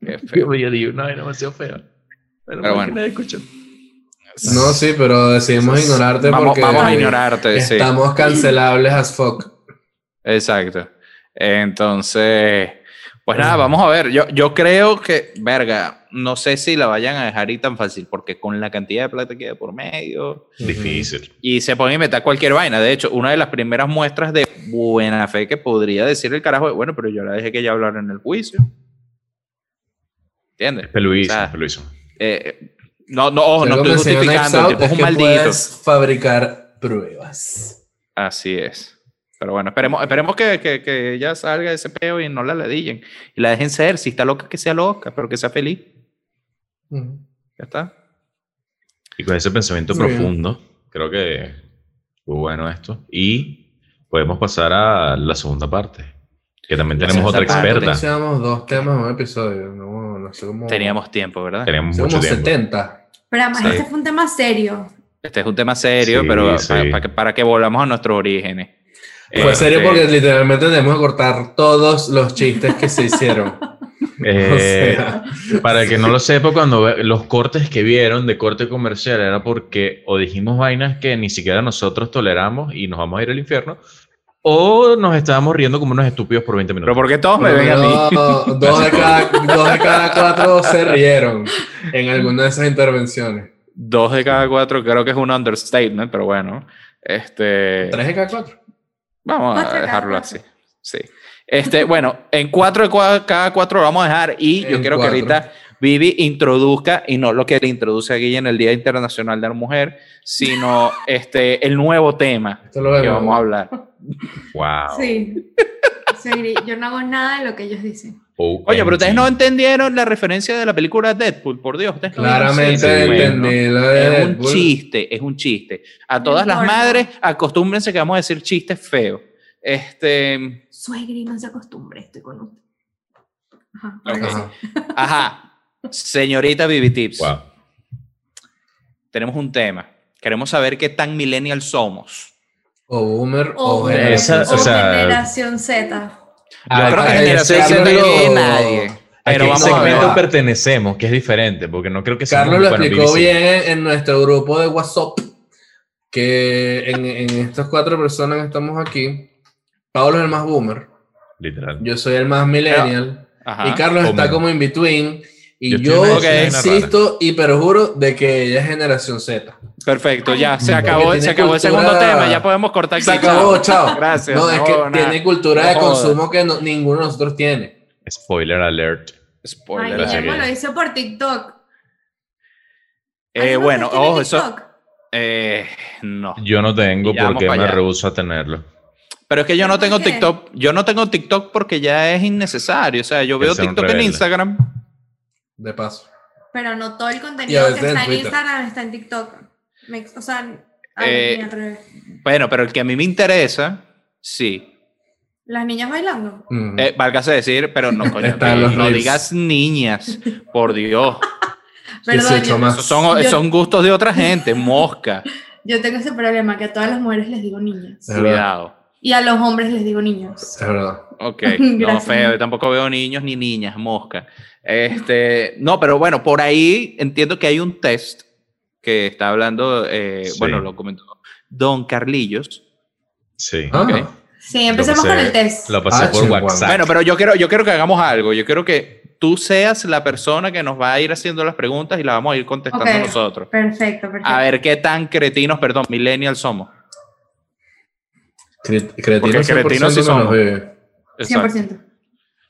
Speaker 1: Qué feo.
Speaker 2: Yo digo, no, era demasiado feo. Pero
Speaker 1: mal que
Speaker 2: bueno.
Speaker 1: nadie
Speaker 4: No, sí, pero decidimos
Speaker 1: Entonces,
Speaker 4: ignorarte
Speaker 1: Vamos,
Speaker 4: porque
Speaker 1: vamos a ignorarte, sí.
Speaker 4: estamos cancelables as fuck.
Speaker 1: Exacto. Entonces, pues nada, vamos a ver. Yo, yo creo que, verga, no sé si la vayan a dejar ahí tan fácil, porque con la cantidad de plata que hay de por medio
Speaker 2: Difícil.
Speaker 1: y se pueden inventar cualquier vaina. De hecho, una de las primeras muestras de buena fe que podría decir el carajo es, bueno, pero yo la dejé que ya hablara en el juicio. ¿Entiendes?
Speaker 2: Peluísimo,
Speaker 1: O sea,
Speaker 2: peluísimo.
Speaker 1: Eh, no, no, ojo, no
Speaker 4: Algo que
Speaker 1: estoy
Speaker 4: me enseñó
Speaker 1: justificando,
Speaker 4: Knives
Speaker 1: el
Speaker 4: Out
Speaker 1: tipo es un
Speaker 4: que
Speaker 1: maldito.
Speaker 4: puedes fabricar pruebas.
Speaker 1: Así es. Pero bueno, esperemos, esperemos que, que, que ella salga de ese peo y no la ladillen. Y la dejen ser. Si está loca, que sea loca, pero que sea feliz.
Speaker 4: Ujú.
Speaker 1: Ya está.
Speaker 2: Y con ese pensamiento
Speaker 4: Muy bien.
Speaker 2: profundo, creo que estuvo bueno esto. Y podemos pasar a la segunda parte, que también
Speaker 1: La
Speaker 2: tenemos
Speaker 1: segunda
Speaker 2: otra
Speaker 1: parte.
Speaker 2: experta.
Speaker 4: Hacíamos Ah, dos temas en un episodio. No, no sé cómo.
Speaker 1: Teníamos tiempo, ¿verdad?
Speaker 2: Tenemos
Speaker 4: Somos
Speaker 2: mucho tiempo.
Speaker 4: 70.
Speaker 3: Pero además,
Speaker 1: Sí.
Speaker 3: este fue un tema serio.
Speaker 1: Este es un tema serio,
Speaker 2: Sí,
Speaker 1: pero
Speaker 2: sí.
Speaker 1: Para, que, para que volvamos a nuestros orígenes.
Speaker 2: Eh,
Speaker 4: Fue serio
Speaker 1: sí.
Speaker 4: porque literalmente tenemos que cortar todos los chistes que se hicieron.
Speaker 2: Eh,
Speaker 4: O sea,
Speaker 2: para el que no lo sepa, cuando ve- los cortes que vieron de corte comercial era porque o dijimos vainas que ni siquiera nosotros toleramos y nos vamos a ir al infierno, o nos estábamos riendo como unos estúpidos por 20
Speaker 1: Pero
Speaker 2: minutos.
Speaker 1: porque todos me
Speaker 4: por lo
Speaker 1: ven a mí.
Speaker 4: menos Dos de, cada, dos de cada cuatro se rieron en alguna de esas intervenciones.
Speaker 1: Dos de cada cuatro creo que es un understatement, pero bueno. Este,
Speaker 4: ¿Tres de cada cuatro?
Speaker 1: vamos
Speaker 3: Cuatro
Speaker 1: a
Speaker 3: de cada
Speaker 1: dejarlo así.
Speaker 3: cuatro.
Speaker 1: Sí. Este, bueno, en cuatro de cua- cada cuatro lo vamos a dejar y yo
Speaker 4: En
Speaker 1: quiero
Speaker 4: cuatro.
Speaker 1: que ahorita Vivi introduzca, y no lo que le introduce aquí en el Día Internacional de la Mujer, sino este, el nuevo tema
Speaker 4: Esto lo
Speaker 1: que
Speaker 4: vemos.
Speaker 1: vamos a hablar.
Speaker 2: Wow.
Speaker 3: Sí. Sí, yo no hago nada de lo que ellos dicen.
Speaker 1: Oye, pero ustedes no entendieron la referencia de la película Deadpool, por Dios. ustedes no
Speaker 4: Claramente
Speaker 1: vieron ese-
Speaker 2: bueno.
Speaker 4: entendí lo de
Speaker 1: Es un
Speaker 4: Deadpool.
Speaker 1: chiste, es un chiste. A todas las
Speaker 3: importa.
Speaker 1: madres, acostúmbrense que vamos a decir chistes feos. Este,
Speaker 3: Suegri, no se acostumbre, estoy con usted. Ajá.
Speaker 1: Ok.
Speaker 4: Ajá.
Speaker 1: ajá, señorita Vivi Tips,
Speaker 2: Wow.
Speaker 1: tenemos un tema. Queremos saber qué tan millennial somos.
Speaker 4: O Boomer o,
Speaker 3: O,
Speaker 4: Boomer.
Speaker 2: esa-
Speaker 3: o
Speaker 2: o sea-
Speaker 3: generación Z.
Speaker 1: Yo
Speaker 4: Ah,
Speaker 1: creo que
Speaker 4: para
Speaker 1: generación
Speaker 4: ese
Speaker 1: Z no
Speaker 4: Carlos
Speaker 1: viene
Speaker 4: lo-
Speaker 1: nadie.
Speaker 2: ¿A
Speaker 1: Pero
Speaker 2: qué
Speaker 1: vamos a ver.
Speaker 2: segmento pertenecemos? Que es diferente, porque no creo que sea.
Speaker 4: Carlos lo explicó bien en nuestro grupo de WhatsApp, que en, en estas cuatro personas que estamos aquí, Pablo es el más boomer,
Speaker 2: Literal.
Speaker 4: yo soy el más millennial,
Speaker 1: Ah, Ajá.
Speaker 4: y Carlos está
Speaker 2: Hombre.
Speaker 4: como in between, y
Speaker 2: Yo
Speaker 4: yo,
Speaker 1: estoy en
Speaker 2: una
Speaker 4: insisto y perjuro de que ella es generación Z.
Speaker 1: Perfecto, ya se
Speaker 4: Porque
Speaker 1: acabó,
Speaker 4: Mm, tiene
Speaker 1: se acabó el
Speaker 4: cultura-
Speaker 1: segundo tema, ya podemos cortar.
Speaker 4: Se
Speaker 1: aquí,
Speaker 4: acabó,
Speaker 1: chao.
Speaker 4: chao.
Speaker 1: Gracias.
Speaker 4: No, es que
Speaker 1: no, nada.
Speaker 4: tiene cultura de
Speaker 1: No jodas.
Speaker 4: consumo que no- ninguno de nosotros tiene.
Speaker 2: Spoiler alert.
Speaker 3: Ay,
Speaker 1: Spoiler.
Speaker 2: la
Speaker 3: Guillermo
Speaker 2: seguí.
Speaker 3: lo hizo por TikTok.
Speaker 1: Eh,
Speaker 3: ¿Alguno
Speaker 1: bueno,
Speaker 3: de ustedes tiene
Speaker 1: ojo, eso.
Speaker 3: TikTok?
Speaker 1: eh, no.
Speaker 2: Yo no tengo
Speaker 1: Y ya vamos
Speaker 2: porque
Speaker 1: pa'
Speaker 2: me
Speaker 1: allá.
Speaker 2: rehúso a tenerlo.
Speaker 1: Pero es que yo no
Speaker 3: ¿Por
Speaker 1: tengo
Speaker 3: qué?
Speaker 1: TikTok. Yo no tengo TikTok porque ya es innecesario. O sea, yo
Speaker 2: Que
Speaker 1: veo
Speaker 2: sea un
Speaker 1: TikTok en
Speaker 2: rebelde.
Speaker 1: Instagram.
Speaker 4: De paso.
Speaker 3: Pero no todo el
Speaker 4: Y a
Speaker 3: contenido que
Speaker 4: veces en
Speaker 3: está en,
Speaker 4: Twitter.
Speaker 3: Instagram está en TikTok. Me- o sea, a
Speaker 1: Eh,
Speaker 3: mí al revés.
Speaker 1: Bueno, pero el que a mí me interesa, sí.
Speaker 3: las niñas bailando.
Speaker 4: Mm.
Speaker 1: Eh, válgase decir, pero no, coño,
Speaker 4: Están
Speaker 1: no,
Speaker 4: los
Speaker 1: no
Speaker 4: reels.
Speaker 1: digas niñas, por Dios.
Speaker 4: 18
Speaker 3: yo-
Speaker 4: más.
Speaker 1: Esos son,
Speaker 3: Yo-
Speaker 1: son gustos de otra gente, mosca.
Speaker 3: Yo tengo ese problema que a todas las mujeres les digo niñas.
Speaker 4: Es verdad,
Speaker 1: Cuidado.
Speaker 3: Y a los hombres les digo niños.
Speaker 4: es verdad.
Speaker 1: Ok, no,
Speaker 3: Gracias.
Speaker 1: feo, yo tampoco veo niños ni niñas, mosca. Este, no, pero bueno, por ahí entiendo que hay un test que está hablando, eh,
Speaker 2: Sí.
Speaker 1: bueno, lo comentó Don Carlillos.
Speaker 2: Sí.
Speaker 4: Ah,
Speaker 1: Ok.
Speaker 3: Sí, empecemos
Speaker 2: Lo
Speaker 3: con
Speaker 2: pasé.
Speaker 3: el test.
Speaker 2: Lo pasé
Speaker 4: Ah,
Speaker 2: por
Speaker 4: chingón.
Speaker 2: WhatsApp.
Speaker 1: Bueno, pero yo quiero, yo quiero que hagamos algo. Yo quiero que tú seas la persona que nos va a ir haciendo las preguntas y las vamos a ir contestando
Speaker 3: Ok.
Speaker 1: nosotros.
Speaker 3: Perfecto, perfecto.
Speaker 1: A ver qué tan cretinos, perdón, millennials somos.
Speaker 4: Cre- Cretinos
Speaker 1: Porque cretinos sí
Speaker 4: 100% menos
Speaker 1: somos.
Speaker 4: vive.
Speaker 1: Exacto.
Speaker 3: 100%.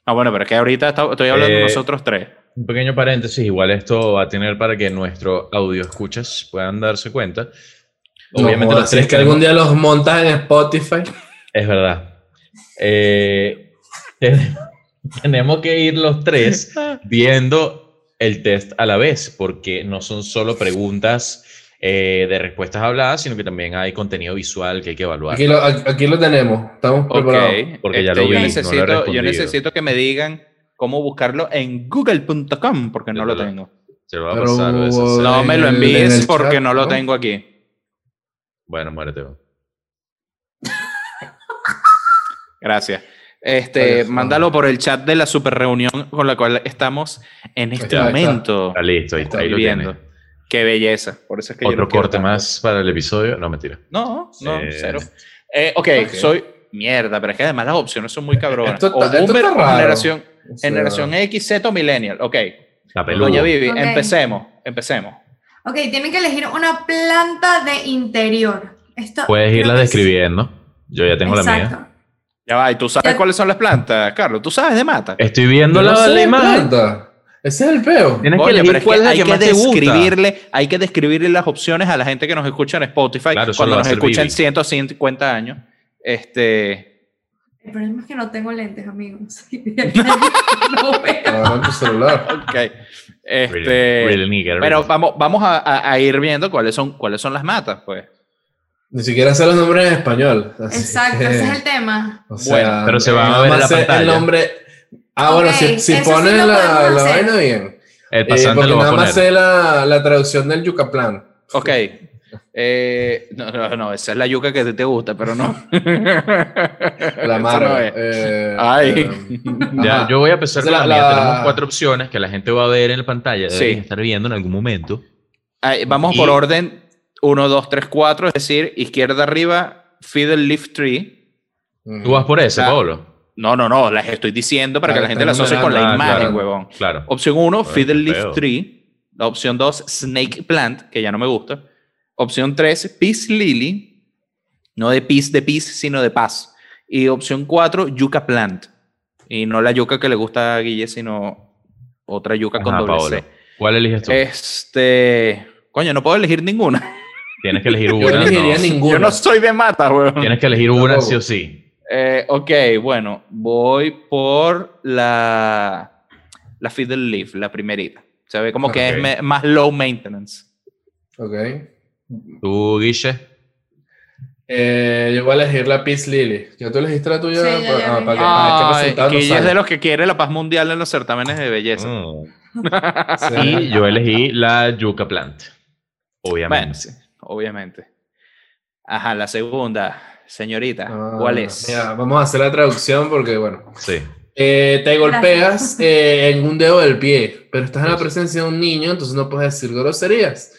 Speaker 1: No, bueno, pero es que ahorita está- estoy hablando
Speaker 2: Eh,
Speaker 1: nosotros tres.
Speaker 2: Un pequeño paréntesis, igual esto va a tener para que nuestro audio escuchas puedan darse cuenta. Obviamente
Speaker 4: No,
Speaker 2: los
Speaker 4: si
Speaker 2: tres
Speaker 4: es que
Speaker 2: tenemos-
Speaker 4: algún día los montas en Spotify.
Speaker 2: Es verdad. Eh, ten- tenemos que ir los tres viendo el test a la vez, porque no son solo preguntas eh, de respuestas habladas, sino que también hay contenido visual que hay que evaluar.
Speaker 4: Aquí lo, aquí aquí lo tenemos. Estamos
Speaker 1: Ok. este,
Speaker 4: preparados.
Speaker 2: Porque ya lo
Speaker 1: yo,
Speaker 2: vi, no lo he
Speaker 1: necesito, yo
Speaker 2: respondido.
Speaker 1: necesito que me digan cómo buscarlo en google.com porque no lo
Speaker 2: Verdad.
Speaker 1: tengo.
Speaker 2: Se lo va a
Speaker 4: Pero,
Speaker 2: pasar, eso sí.
Speaker 4: eh,
Speaker 1: No me lo
Speaker 4: en el- en el
Speaker 1: envíes
Speaker 4: chat,
Speaker 1: porque no lo
Speaker 4: ¿no?
Speaker 1: tengo aquí.
Speaker 2: Bueno, muérete.
Speaker 1: Gracias. Este,
Speaker 4: Vale,
Speaker 1: mándalo por el chat de la super reunión con la cual estamos en este
Speaker 4: Pues está, ahí está.
Speaker 1: momento.
Speaker 2: Está listo, ahí, está, ahí lo
Speaker 1: viviendo.
Speaker 2: tiene.
Speaker 1: Qué belleza. Por eso es que yo
Speaker 2: Otro
Speaker 1: lo quiero
Speaker 2: corte
Speaker 1: tanto.
Speaker 2: más para el episodio. No, mentira.
Speaker 1: No, no,
Speaker 2: Eh,
Speaker 1: cero. Eh, ok,
Speaker 4: Ok.
Speaker 1: soy mierda, pero es que además las opciones son muy cabronas.
Speaker 4: Esto está-
Speaker 1: o
Speaker 4: esto está
Speaker 1: boomer, o
Speaker 4: raro.
Speaker 1: generación,
Speaker 4: O sea,
Speaker 1: generación X, Z o millennial. Ok,
Speaker 2: La peluda.
Speaker 1: doña Vivi,
Speaker 3: Ok.
Speaker 1: empecemos, empecemos.
Speaker 3: Ok, tienen que elegir una planta de interior. Esto
Speaker 2: Puedes
Speaker 3: creo
Speaker 2: irla
Speaker 3: que es-
Speaker 2: describiendo. Yo ya tengo la mía.
Speaker 3: Exacto.
Speaker 1: Ya va, ¿y tú sabes
Speaker 3: Ya-
Speaker 1: cuáles son las plantas, Carlos? ¿Tú sabes de mata?
Speaker 2: Estoy viendo
Speaker 4: yo no
Speaker 2: la,
Speaker 4: sé
Speaker 2: la
Speaker 4: de
Speaker 2: imagen.
Speaker 4: planta. Ese es el peo.
Speaker 2: Tienes que
Speaker 1: Coño,
Speaker 2: elegir
Speaker 1: pero es que
Speaker 2: cuál es la
Speaker 1: hay
Speaker 2: que
Speaker 1: que,
Speaker 2: más te gusta.
Speaker 1: describirle, hay que describirle las opciones a la gente que nos escucha en Spotify
Speaker 2: Claro, eso lo
Speaker 1: cuando
Speaker 2: va a
Speaker 1: nos
Speaker 2: hacer
Speaker 1: escuchan
Speaker 2: Vivi.
Speaker 1: 150 años. Este,
Speaker 3: El problema es que no tengo lentes, amigos. no veo.
Speaker 4: Ahora en tu celular.
Speaker 1: ok.
Speaker 2: Really,
Speaker 1: Este,
Speaker 2: really nigga,
Speaker 1: pero
Speaker 2: really.
Speaker 1: vamos, vamos a, a- a ir viendo cuáles son, cuáles son las matas, pues.
Speaker 4: Ni siquiera sé los nombres en español. así
Speaker 3: Exacto,
Speaker 4: que-
Speaker 3: ese es el tema.
Speaker 4: o
Speaker 1: Bueno,
Speaker 2: pero se van a
Speaker 4: nada
Speaker 2: ver
Speaker 4: más
Speaker 2: en la
Speaker 4: sé
Speaker 2: pantalla.
Speaker 4: El nombre. Ah,
Speaker 3: Ok,
Speaker 4: bueno, si, si
Speaker 3: eso sí
Speaker 4: pones
Speaker 3: lo
Speaker 4: la,
Speaker 3: podemos
Speaker 4: la
Speaker 3: hacer.
Speaker 4: vaina bien.
Speaker 2: el
Speaker 4: Eh,
Speaker 2: pasante
Speaker 4: porque
Speaker 2: lo va a
Speaker 4: nada
Speaker 2: poner.
Speaker 4: más sé la, la traducción del Yucaplán.
Speaker 1: Ok. Eh, no, no, no, esa es la yuca que a ti te gusta, pero no.
Speaker 4: La
Speaker 1: no
Speaker 4: amarga.
Speaker 1: es.
Speaker 4: eh,
Speaker 1: Ay.
Speaker 4: eh,
Speaker 2: Ya,
Speaker 4: ajá.
Speaker 2: yo voy a empezar
Speaker 4: Esa
Speaker 2: con la,
Speaker 4: la-
Speaker 2: mía.
Speaker 4: la-
Speaker 2: Tenemos cuatro opciones que la gente va a ver en la pantalla.
Speaker 1: Sí.
Speaker 2: Deben estar viendo en algún momento.
Speaker 4: Mm.
Speaker 1: Ay, vamos por
Speaker 2: Y-
Speaker 1: orden 1, 2, 3, 4, es decir, izquierda arriba, Fiddle Leaf Tree.
Speaker 4: Mm.
Speaker 2: Tú vas por esa,
Speaker 1: Ah.
Speaker 2: Pablo.
Speaker 1: No, no, no, las estoy diciendo para
Speaker 4: Ah,
Speaker 1: que la
Speaker 4: está
Speaker 1: gente las asocie con la
Speaker 2: enumerando, ah,
Speaker 1: imagen,
Speaker 4: claro.
Speaker 1: huevón.
Speaker 2: Claro.
Speaker 1: Opción 1,
Speaker 2: qué
Speaker 1: Fiddle Leaf
Speaker 2: feo.
Speaker 1: Tree. La opción 2, Snake Plant, que ya no me gusta. Opción 3, Peace Lily. No de peace, de peace, sino de paz. Y opción 4, Yuca Plant. Y no la yuca que le gusta a Guille, sino otra yuca con
Speaker 2: Ajá,
Speaker 1: doble
Speaker 2: Paolo.
Speaker 1: C.
Speaker 2: ¿Cuál eliges
Speaker 4: Eh,
Speaker 2: tú?
Speaker 1: Este. Coño, no puedo elegir ninguna.
Speaker 2: Tienes que elegir
Speaker 4: Yo
Speaker 2: una.
Speaker 4: no elegiría
Speaker 2: no.
Speaker 4: ninguna.
Speaker 1: Yo no soy de mata, weón.
Speaker 2: Tienes que elegir una
Speaker 4: Tampoco.
Speaker 2: sí o sí.
Speaker 1: Eh, ok, bueno, voy por la, la Fiddle Leaf, la primerita. Se ve como que
Speaker 2: Ok.
Speaker 1: es me- más low maintenance.
Speaker 4: Ok.
Speaker 2: Tú, Guille.
Speaker 4: Eh, yo voy a elegir la Peace Lily. ¿Ya tú elegiste la tuya?
Speaker 3: Sí, ya, ya,
Speaker 4: Ah,
Speaker 3: ya, ya.
Speaker 4: para que- ah, es que
Speaker 1: Ay,
Speaker 4: resultado no
Speaker 1: que ella es
Speaker 4: sale.
Speaker 1: de los que quiere la paz mundial en los certámenes de belleza.
Speaker 2: Mm.
Speaker 4: Sí.
Speaker 2: Y yo elegí la yuca plant. Obviamente.
Speaker 1: Bueno, sí, obviamente. Ajá, la segunda, señorita,
Speaker 4: Ah,
Speaker 1: ¿cuál es?
Speaker 4: mira, vamos a hacer la traducción porque, bueno.
Speaker 2: Sí.
Speaker 4: Eh, te golpeas eh, en un dedo del pie, pero estás en la presencia de un niño, entonces no puedes decir groserías.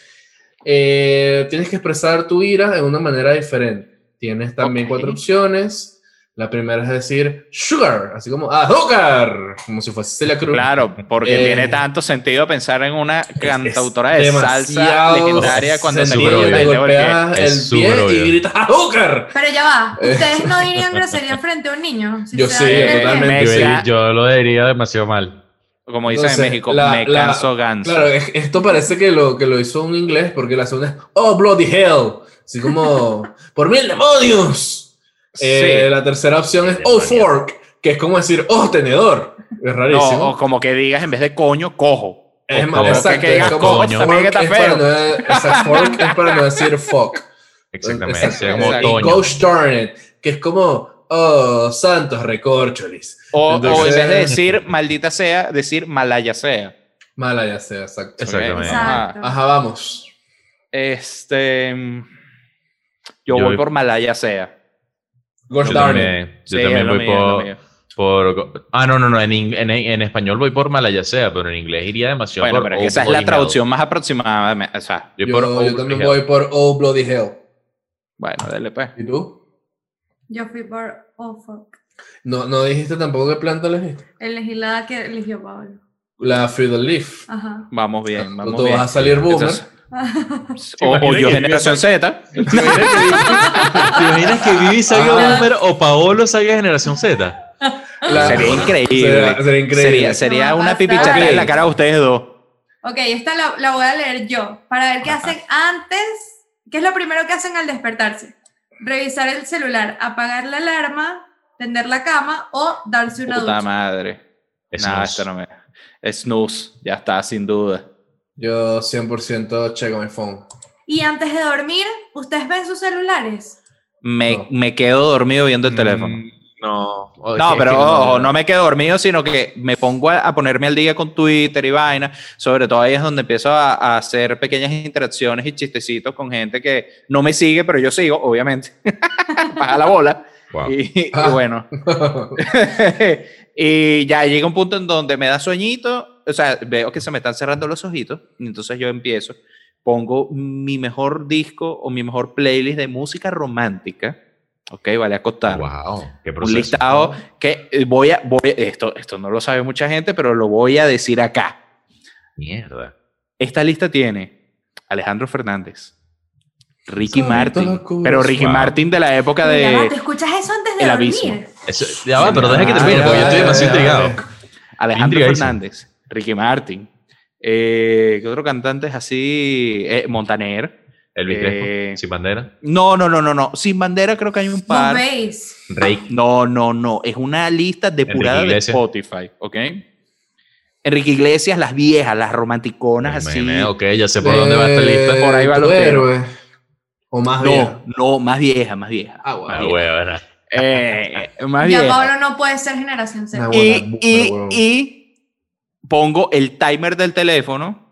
Speaker 4: Eh, tienes que expresar tu ira de una manera diferente. Tienes también
Speaker 1: Ok.
Speaker 4: cuatro opciones. La primera es decir sugar, así como azúcar, como si fuese Celia Cruz.
Speaker 1: Claro, porque
Speaker 4: Eh,
Speaker 1: tiene tanto sentido pensar en una cantautora
Speaker 4: Es
Speaker 1: de salsa
Speaker 4: demasiado
Speaker 1: legendaria cuando se
Speaker 4: sentido,
Speaker 2: súper
Speaker 1: le
Speaker 4: te
Speaker 2: obvio.
Speaker 1: golpea.
Speaker 4: golpeas
Speaker 2: Es
Speaker 4: el
Speaker 2: súper
Speaker 4: pie
Speaker 2: obvio.
Speaker 4: y gritas azúcar.
Speaker 3: Pero ya va, ustedes no dirían grosería frente a un niño. Si
Speaker 4: Yo
Speaker 3: se
Speaker 4: sí,
Speaker 3: dan el
Speaker 1: totalmente.
Speaker 3: pie.
Speaker 2: Yo,
Speaker 1: Mesa.
Speaker 2: yo lo diría demasiado mal.
Speaker 1: Como dicen
Speaker 4: Entonces,
Speaker 1: en México,
Speaker 4: la-
Speaker 1: me
Speaker 4: la-
Speaker 1: canso ganso.
Speaker 4: Claro, es- esto parece que lo, que lo hizo un inglés porque la segunda es oh bloody hell, así como por mil demonios.
Speaker 1: Sí.
Speaker 4: Eh, La tercera opción es oh fork, que es como decir oh tenedor. Es
Speaker 1: No,
Speaker 4: rarísimo.
Speaker 1: o como que digas en vez de coño, cojo.
Speaker 4: es
Speaker 2: o
Speaker 4: más
Speaker 2: como
Speaker 4: exacto,
Speaker 1: que digas
Speaker 4: es como
Speaker 2: coño,
Speaker 4: fork
Speaker 1: también que
Speaker 4: es
Speaker 1: está
Speaker 4: para
Speaker 1: feo.
Speaker 4: no, esa fork es para no decir fuck.
Speaker 2: Exactamente.
Speaker 4: Exacto,
Speaker 2: Sería como
Speaker 1: exacto.
Speaker 4: Y
Speaker 2: otoño.
Speaker 4: gosh darn it, que es como oh santos recorcholis.
Speaker 1: O, o en
Speaker 4: Entonces-
Speaker 1: vez de decir maldita sea, decir malaya sea.
Speaker 4: Mala ya sea, exacto.
Speaker 2: Exacto. Exactamente.
Speaker 1: Ajá.
Speaker 3: Exacto.
Speaker 4: Ajá, vamos.
Speaker 1: Este. mm, Yo,
Speaker 2: Yo-
Speaker 1: voy por malaya sea.
Speaker 4: Gosh
Speaker 2: Yo
Speaker 4: darn it.
Speaker 2: también, yo
Speaker 1: Sí, es
Speaker 2: también
Speaker 1: lo
Speaker 2: voy
Speaker 1: mío, es lo
Speaker 2: por,
Speaker 1: mío.
Speaker 2: por- Ah, no, no, no. En, ing- en, en español voy por Malaya sea, pero en inglés iría demasiado
Speaker 1: Bueno,
Speaker 2: por
Speaker 1: pero es que esa es
Speaker 2: Old
Speaker 1: la
Speaker 2: Bloody
Speaker 1: traducción más aproximada. me- O sea,
Speaker 2: Hell.
Speaker 4: Yo,
Speaker 2: Voy por
Speaker 4: yo
Speaker 2: Old
Speaker 4: también
Speaker 2: Bloody
Speaker 4: voy
Speaker 2: Hell.
Speaker 4: por oh bloody hell.
Speaker 1: bueno, dale pues.
Speaker 4: ¿Y tú?
Speaker 3: Yo fui por oh fuck.
Speaker 4: No, no dijiste tampoco qué planta elegiste.
Speaker 3: Elegí la que eligió Pablo.
Speaker 4: La Fiddle Leaf.
Speaker 3: Ajá.
Speaker 1: Vamos bien,
Speaker 4: Tú
Speaker 1: vamos
Speaker 4: te
Speaker 1: bien.
Speaker 4: vas a salir boomer.
Speaker 1: Entonces, o, o yo generación Z.
Speaker 2: ¿Te imaginas que Vivi salga
Speaker 4: Ah.
Speaker 2: Boomer o Paolo salga Generación Z?
Speaker 4: La-
Speaker 1: sería increíble.
Speaker 4: Sería, sería increíble.
Speaker 1: Sería, sería
Speaker 3: No va a
Speaker 1: una
Speaker 3: pasar.
Speaker 1: pipichata
Speaker 4: Ok.
Speaker 1: en la cara de ustedes dos.
Speaker 3: Ok, esta la, la voy a leer yo, para ver qué hacen antes, qué es lo primero que hacen al despertarse. Revisar el celular, apagar la alarma, tender la cama o darse una
Speaker 1: Puta
Speaker 3: ducha.
Speaker 1: madre.
Speaker 2: Es
Speaker 1: Nah,
Speaker 2: más.
Speaker 1: esta no me- Snooze, ya está, sin duda.
Speaker 4: Yo 100% checo mi phone.
Speaker 3: Y antes de dormir, ¿ustedes ven sus celulares?
Speaker 1: Me,
Speaker 4: No.
Speaker 1: me quedo dormido viendo el teléfono.
Speaker 2: Mm, No. o-
Speaker 1: No,
Speaker 2: que-
Speaker 1: pero
Speaker 2: que
Speaker 1: ojo, no me quedo dormido, sino que me pongo a, a ponerme al día con Twitter y vaina. Sobre todo ahí es donde empiezo a, a hacer pequeñas interacciones y chistecitos con gente que no me sigue, pero yo sigo, obviamente. Paga la bola.
Speaker 2: Wow.
Speaker 1: Y, y
Speaker 4: Ah.
Speaker 1: bueno. y ya llega un punto en donde me da sueñito, o sea, veo que se me están cerrando los ojitos, y entonces yo empiezo, pongo mi mejor disco o mi mejor playlist de música romántica, ok, vale acostar.
Speaker 2: Wow, qué
Speaker 1: Un
Speaker 2: proceso.
Speaker 1: listado que eh, voy a, voy a- esto, esto no lo sabe mucha gente, pero lo voy a decir acá.
Speaker 2: Mierda.
Speaker 1: Esta lista tiene Alejandro Fernández, Ricky
Speaker 4: Sabe todas
Speaker 1: Martin,
Speaker 4: las cosas.
Speaker 1: pero Ricky
Speaker 2: Wow.
Speaker 1: Martin de la época de...
Speaker 3: Ya va, ¿Te escuchas eso antes de
Speaker 1: el
Speaker 3: dormir?
Speaker 1: abismo.
Speaker 2: Eso- ya va, pero deja que termine,
Speaker 1: Ah,
Speaker 2: porque yo estoy
Speaker 1: ya,
Speaker 2: demasiado
Speaker 4: ya, ya.
Speaker 2: intrigado.
Speaker 1: Alejandro
Speaker 2: Intrigadísimo.
Speaker 1: Fernández, Ricky Martin, eh, ¿qué otro cantante es así? Eh, Montaner.
Speaker 2: Elvis
Speaker 1: Eh,
Speaker 2: Crespo, sin bandera.
Speaker 1: No, no, no, no, no. Sin bandera creo que hay un
Speaker 3: ¿Los
Speaker 1: par.
Speaker 3: veis?
Speaker 2: Rey.
Speaker 1: No, no, no. Es una lista depurada de
Speaker 2: Iglesias.
Speaker 1: Spotify, ¿ok? Enrique Iglesias, las viejas, las romanticonas
Speaker 2: Me
Speaker 1: así.
Speaker 2: imaginé, Ok, ya sé por dónde va esta lista.
Speaker 1: Por ahí va
Speaker 4: lo
Speaker 1: lo que-
Speaker 4: O más bien.
Speaker 1: No, no, más vieja, más vieja.
Speaker 4: Ah, bueno.
Speaker 1: Más
Speaker 2: Ah,
Speaker 1: vieja.
Speaker 2: huevona.
Speaker 1: Eh, más
Speaker 3: Ya
Speaker 1: vieja.
Speaker 3: Pablo no puede ser generación Z.
Speaker 4: No.
Speaker 1: y,
Speaker 4: Buena,
Speaker 1: y-
Speaker 4: buena, buena.
Speaker 1: y pongo el timer del teléfono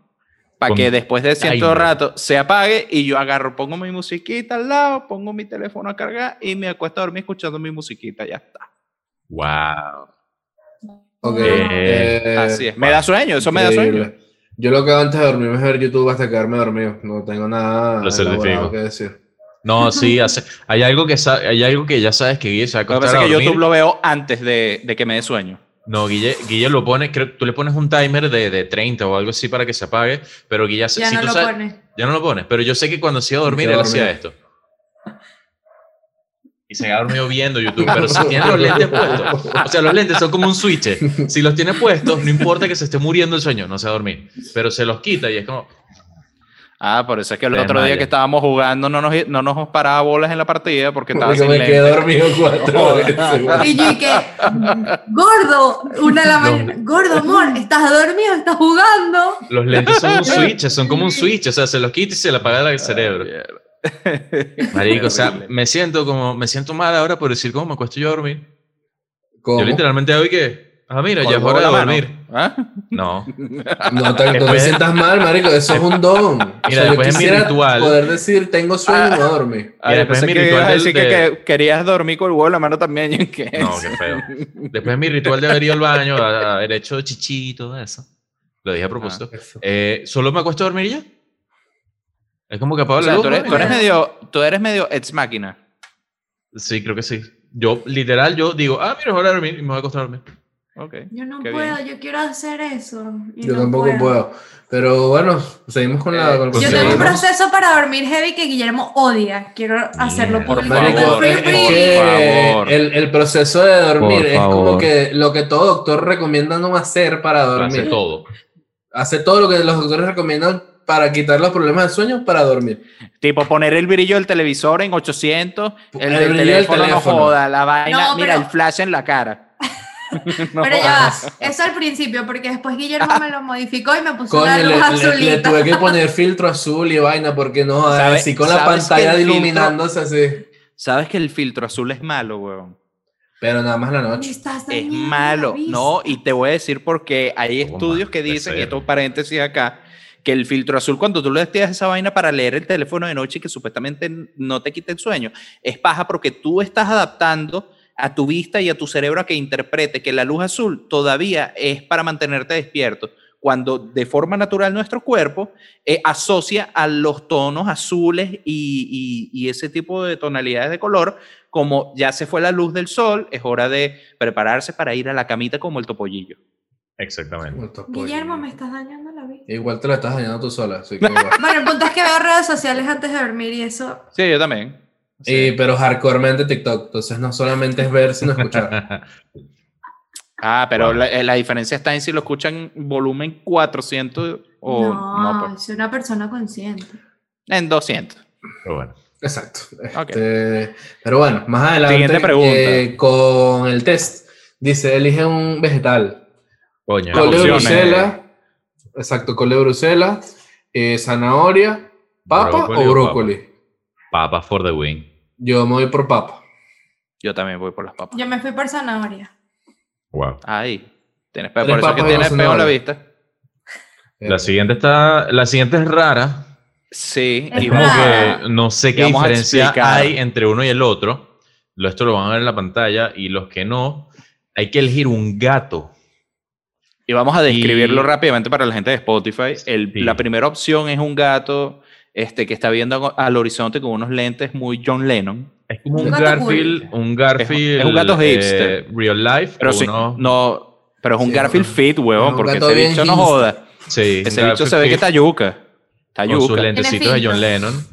Speaker 1: para
Speaker 2: Con
Speaker 1: que después de cierto
Speaker 2: timer.
Speaker 1: rato se apague y yo agarro, pongo mi musiquita al lado, pongo mi teléfono a cargar y me acuesto a dormir escuchando mi musiquita, ya está.
Speaker 2: Wow.
Speaker 4: Ok.
Speaker 2: Eh,
Speaker 4: eh,
Speaker 1: Así es. Me da sueño, eso me da
Speaker 4: increíble.
Speaker 1: sueño.
Speaker 4: Yo lo que hago antes de dormir es ver YouTube hasta quedarme dormido. No tengo nada
Speaker 2: Lo certifico.
Speaker 4: elaborado que decir.
Speaker 2: No, sí, hace- hay, algo que sa- hay algo que ya sabes que Guille se va a
Speaker 1: Lo que
Speaker 2: acostar
Speaker 1: pasa
Speaker 2: a
Speaker 1: es que
Speaker 2: dormir.
Speaker 1: YouTube lo veo antes de, de que me dé sueño.
Speaker 2: No, Guille, Guille lo pone, creo que tú le pones un timer de, de 30 o algo así para que se apague, pero Guille, hace-
Speaker 3: Ya
Speaker 2: si
Speaker 3: no
Speaker 2: tú
Speaker 3: lo
Speaker 2: sabes-
Speaker 3: pone.
Speaker 2: ya no lo pones, pero yo sé que cuando se iba a dormir,
Speaker 4: Se
Speaker 2: él
Speaker 4: va a
Speaker 2: hacía
Speaker 4: dormir.
Speaker 2: esto. Y se ha dormido viendo YouTube, pero si tiene los lentes puestos, o sea, los lentes son como un switch, si los tiene puestos, no importa que se esté muriendo el sueño, no se va a dormir, pero se los quita y es como,
Speaker 1: Ah, por eso es que el
Speaker 2: Te
Speaker 1: otro día
Speaker 2: desmayas.
Speaker 1: que estábamos jugando no nos, no nos paraba bolas en la partida porque estaba
Speaker 4: Porque
Speaker 1: sin
Speaker 4: me
Speaker 1: lentes.
Speaker 4: quedé dormido cuatro
Speaker 1: Joder.
Speaker 4: veces. güey.
Speaker 3: Y yo y que, gordo, una de la mañana, gordo amor, estás dormido, estás jugando.
Speaker 2: los lentes son un switch, son como un switch, o sea, se los quita y se le apaga
Speaker 4: Ah,
Speaker 2: el cerebro. Marico, o sea,
Speaker 1: Horrible.
Speaker 2: me siento como, me siento mal ahora por decir cómo me acuesto yo a dormir.
Speaker 4: ¿Cómo?
Speaker 2: Yo literalmente hoy que, ah, mira, ya es
Speaker 1: Colgó
Speaker 2: hora de
Speaker 1: la mano.
Speaker 2: dormir.
Speaker 1: ¿Ah?
Speaker 2: No,
Speaker 4: No te, no te
Speaker 2: Después-
Speaker 4: sientas mal, marico, eso es un don. O sea, yo
Speaker 2: después es mi
Speaker 4: quisiera
Speaker 2: ritual.
Speaker 4: poder decir, tengo sueño y me voy a dormir.
Speaker 1: Ah, yo
Speaker 2: después
Speaker 1: pensé
Speaker 2: mi
Speaker 1: que
Speaker 2: ritual
Speaker 1: ibas a
Speaker 2: del-
Speaker 1: decir que,
Speaker 2: de-
Speaker 1: que querías dormir con el huevo en la mano también. y que-
Speaker 2: no, qué feo. Después mi ritual de haber ido al baño, a- a haber hecho chichi y todo eso. Lo
Speaker 1: Ah.
Speaker 2: dije a propósito. Eh, Solo me acuesto a dormir y ya. Es como que apago
Speaker 1: O
Speaker 2: la
Speaker 1: sea,
Speaker 2: luz,
Speaker 1: tú, eres,
Speaker 2: ¿no?
Speaker 1: tú eres medio, tú eres medio ex máquina.
Speaker 2: Sí, creo que sí. Yo, literal, yo digo, ah, mira, es hora de dormir y me voy a acostar a dormir.
Speaker 1: Ok.
Speaker 3: Yo no
Speaker 1: Qué
Speaker 3: puedo, yo quiero hacer eso. y
Speaker 4: Yo
Speaker 3: no
Speaker 4: tampoco puedo. Pero bueno, seguimos con la.
Speaker 1: Eh,
Speaker 4: con el
Speaker 2: Pues
Speaker 3: Yo
Speaker 2: sí,
Speaker 3: tengo un
Speaker 2: ¿no?
Speaker 4: contenido.
Speaker 3: proceso para dormir heavy que Guillermo odia. Quiero hacerlo
Speaker 2: Mierda.
Speaker 3: público.
Speaker 1: Por
Speaker 4: Marico,
Speaker 1: favor,
Speaker 4: es
Speaker 1: eh, por
Speaker 4: que
Speaker 1: favor.
Speaker 4: El, el proceso de dormir
Speaker 2: Por
Speaker 4: es como
Speaker 2: favor.
Speaker 4: que lo que todo doctor recomienda no hacer para
Speaker 2: Hace
Speaker 4: dormir.
Speaker 2: todo.
Speaker 4: Hace todo lo que los doctores recomiendan para quitar los problemas de sueño para dormir.
Speaker 1: Tipo poner el brillo del televisor en 800, el,
Speaker 4: El
Speaker 1: del
Speaker 4: brillo del
Speaker 1: teléfono,
Speaker 4: teléfono.
Speaker 1: no joda, la vaina,
Speaker 3: No,
Speaker 1: mira
Speaker 3: pero-
Speaker 1: el flash en la cara. No Ah.
Speaker 3: Pero
Speaker 1: joda.
Speaker 3: ya va, eso al principio, porque después Guillermo me lo modificó y me puso
Speaker 4: Coño,
Speaker 3: una
Speaker 4: le,
Speaker 3: luz
Speaker 4: le- le
Speaker 3: azulita.
Speaker 4: tuve que poner filtro azul y vaina porque no,
Speaker 1: ¿Sabe-
Speaker 4: así con la
Speaker 1: sabes que
Speaker 4: pantalla
Speaker 1: el filtro-
Speaker 4: iluminándose así.
Speaker 1: Sabes que el filtro azul es malo, weón.
Speaker 4: Pero nada más la noche.
Speaker 3: Me estás
Speaker 1: Es
Speaker 3: dañando la
Speaker 1: malo,
Speaker 3: vista.
Speaker 1: no, y te voy a decir porque hay
Speaker 2: Toma,
Speaker 1: estudios que
Speaker 2: de
Speaker 1: dicen, y
Speaker 2: ser.
Speaker 1: esto paréntesis acá, que el filtro azul, cuando tú le tiras esa vaina para leer el teléfono de noche y que supuestamente no te quita el sueño, es paja porque tú estás adaptando a tu vista y a tu cerebro a que interprete que la luz azul todavía es para mantenerte despierto, cuando de forma natural nuestro cuerpo eh, asocia a los tonos azules y, y- y ese tipo de tonalidades de color como ya se fue la luz del sol, es hora de prepararse para ir a la camita como el topollillo.
Speaker 2: Exactamente.
Speaker 4: Puto pollo.
Speaker 3: Guillermo, me estás dañando la vista.
Speaker 4: Igual te la estás dañando tú sola. así que bueno.
Speaker 3: Bueno, el punto es que veo redes sociales antes de dormir y eso.
Speaker 1: Sí, yo también.
Speaker 4: Eh, Y- pero hardcoremente TikTok. Entonces no solamente es ver, sino escuchar.
Speaker 1: Ah, pero la, la diferencia está en si lo escuchan volumen 400 o
Speaker 3: no,
Speaker 1: no, pues,
Speaker 3: soy una persona consciente.
Speaker 1: en 200.
Speaker 2: Pero bueno.
Speaker 4: Exacto.
Speaker 1: Ok.
Speaker 4: Este, pero bueno, más adelante
Speaker 1: Siguiente pregunta.
Speaker 4: eh, con el test. Dice, elige un vegetal.
Speaker 2: Coño.
Speaker 1: Las
Speaker 4: Cole de
Speaker 1: opciones.
Speaker 4: Bruselas. Exacto, cole de Bruselas, eh, zanahoria, papa
Speaker 2: Brócoli
Speaker 4: o
Speaker 2: o
Speaker 4: brócoli.
Speaker 2: Papa for the win.
Speaker 4: Yo me voy por papa.
Speaker 1: Yo también voy por las papas.
Speaker 3: Yo me fui por zanahoria.
Speaker 2: Wow.
Speaker 1: Ahí. Tienes pe-
Speaker 4: Tres
Speaker 1: Por eso es que
Speaker 4: papas y
Speaker 1: tienes
Speaker 4: dos
Speaker 1: peor la
Speaker 4: zanahorias.
Speaker 1: vista.
Speaker 4: Eh,
Speaker 2: La siguiente está. La siguiente es rara.
Speaker 1: Sí.
Speaker 3: Es
Speaker 1: y
Speaker 2: Como
Speaker 1: vamos
Speaker 3: rara.
Speaker 1: a-
Speaker 2: que no sé qué
Speaker 1: Vamos a
Speaker 2: diferencia
Speaker 1: explicar.
Speaker 2: hay entre uno y el otro. Lo- Esto lo van a ver en la pantalla y los que no, hay que elegir un gato.
Speaker 1: Y vamos a describirlo
Speaker 2: Y-
Speaker 1: rápidamente para la gente de Spotify. El-
Speaker 2: Sí.
Speaker 1: La primera opción es un gato este, que está viendo al horizonte con unos lentes muy John Lennon.
Speaker 2: Es como
Speaker 4: Un
Speaker 2: un,
Speaker 3: gato
Speaker 2: Garfield, un Garfield.
Speaker 1: es un gato
Speaker 2: eh,
Speaker 1: hipster.
Speaker 2: real life.
Speaker 1: Pero
Speaker 2: o
Speaker 1: sí,
Speaker 2: uno-
Speaker 1: no, pero es un
Speaker 4: Sí,
Speaker 1: Garfield
Speaker 4: un-
Speaker 1: Fit,
Speaker 4: es
Speaker 1: huevón,
Speaker 4: un
Speaker 1: porque
Speaker 4: gato
Speaker 1: ese
Speaker 4: bien
Speaker 1: bicho no
Speaker 4: hipster.
Speaker 1: joda.
Speaker 2: sí, un
Speaker 1: Ese bicho se ve que
Speaker 2: Garfield
Speaker 1: está yuca. Está
Speaker 2: con sus
Speaker 1: yuca.
Speaker 2: lentecitos de
Speaker 3: filtro.
Speaker 2: John Lennon.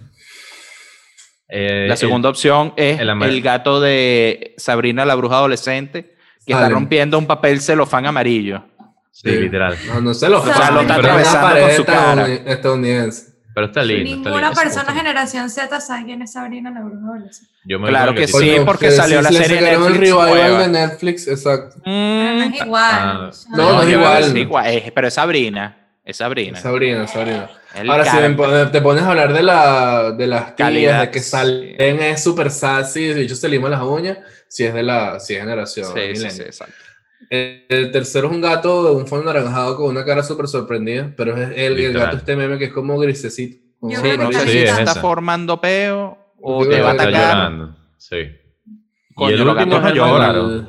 Speaker 2: Eh,
Speaker 1: La segunda opción es
Speaker 2: el
Speaker 1: el,
Speaker 2: amarillo.
Speaker 1: gato de Sabrina la bruja adolescente que está
Speaker 4: Salem.
Speaker 1: rompiendo un papel celofán amarillo.
Speaker 2: eh, Sí, literal.
Speaker 4: No, no se lo
Speaker 3: O sea, lo está
Speaker 4: Pero es una
Speaker 1: atravesando
Speaker 4: pared
Speaker 1: con su cara.
Speaker 4: estadouni- estadounidense.
Speaker 2: Pero está lindo. está
Speaker 3: Ninguna
Speaker 2: lindo.
Speaker 3: persona generación Z sabe quién es Sabrina la bruja adolescente.
Speaker 2: Yo me voy
Speaker 1: Claro
Speaker 2: con el
Speaker 1: que sí,
Speaker 2: gatito.
Speaker 1: porque
Speaker 4: ustedes
Speaker 1: salió
Speaker 4: sí
Speaker 1: la
Speaker 4: le
Speaker 1: serie
Speaker 4: sacaron el
Speaker 1: Netflix
Speaker 4: revival
Speaker 1: nueva.
Speaker 4: de Netflix, exacto.
Speaker 3: No
Speaker 1: Mm,
Speaker 3: es igual.
Speaker 2: Ah.
Speaker 4: No, no es
Speaker 1: yo creo que
Speaker 4: igual.
Speaker 1: es es- pero es Sabrina. Es Sabrina.
Speaker 4: Sabrina, Sabrina.
Speaker 1: El
Speaker 4: Ahora, si
Speaker 1: gato.
Speaker 4: me pon- te pones a hablar de, la, de las calidad
Speaker 1: Calidad,
Speaker 4: de que
Speaker 1: sí.
Speaker 4: salen es súper sassy, de hecho se liman las uñas, si es de la si es generación.
Speaker 1: Sí, sí,
Speaker 4: millennial.
Speaker 1: sí, exacto.
Speaker 4: El, el tercero es un gato de un fondo naranjado con una cara súper sorprendida, pero es el, el
Speaker 2: Literal.
Speaker 4: gato este meme que es como grisecito. como
Speaker 3: Yo
Speaker 1: Sí,
Speaker 3: creo
Speaker 1: no
Speaker 4: amarillo.
Speaker 3: que
Speaker 1: sé
Speaker 3: sí,
Speaker 1: si
Speaker 3: es
Speaker 1: está
Speaker 2: esa.
Speaker 1: formando peo o
Speaker 4: Yo
Speaker 1: te
Speaker 4: creo
Speaker 1: va a
Speaker 4: que
Speaker 2: Está
Speaker 4: está
Speaker 1: atacar.
Speaker 2: llorando. Sí.
Speaker 1: Coño,
Speaker 2: y el
Speaker 1: los
Speaker 2: último
Speaker 1: gatos
Speaker 2: es el
Speaker 1: no
Speaker 2: más
Speaker 1: lloran.
Speaker 2: raro.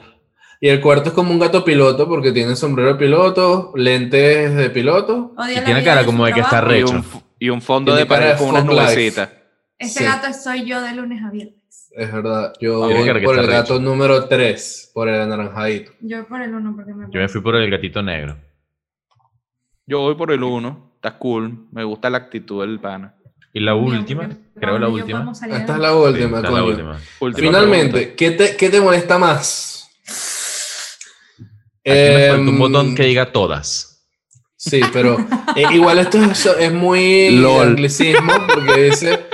Speaker 4: Y el cuarto es como un gato piloto porque tiene sombrero de piloto, lentes de piloto.
Speaker 2: Y tiene cara como de que está
Speaker 1: Y
Speaker 2: Recho.
Speaker 1: un, f- y un fondo
Speaker 4: Tiene
Speaker 1: de
Speaker 4: cara
Speaker 1: pared
Speaker 4: de
Speaker 1: con unas
Speaker 4: fuck life.
Speaker 1: nubecitas.
Speaker 3: Ese Este
Speaker 4: Sí.
Speaker 3: gato soy yo de lunes a viernes.
Speaker 4: Es verdad. Yo
Speaker 2: Tiene
Speaker 4: voy
Speaker 2: cara que
Speaker 4: por el
Speaker 2: está
Speaker 4: gato número 3, por el anaranjadito.
Speaker 3: Yo por el uno porque me.
Speaker 2: Yo me fui por el gatito negro.
Speaker 1: Yo voy por el uno. Está cool. Me gusta la actitud del pana.
Speaker 2: Y la
Speaker 3: Mi amor,
Speaker 2: última,
Speaker 3: mi
Speaker 2: creo
Speaker 3: amor,
Speaker 2: la
Speaker 3: yo
Speaker 2: última.
Speaker 3: podemos salir
Speaker 4: Esta es
Speaker 3: adelante.
Speaker 4: la
Speaker 2: Sí,
Speaker 4: última,
Speaker 2: está la
Speaker 4: coño.
Speaker 2: última.
Speaker 1: Última pregunta.
Speaker 4: Finalmente, ¿qué te, ¿qué te molesta más?
Speaker 2: Aquí me falta
Speaker 4: Em,
Speaker 2: un botón que diga todas.
Speaker 4: Sí, pero eh, igual esto es, es muy
Speaker 1: Lol.
Speaker 4: anglicismo porque dice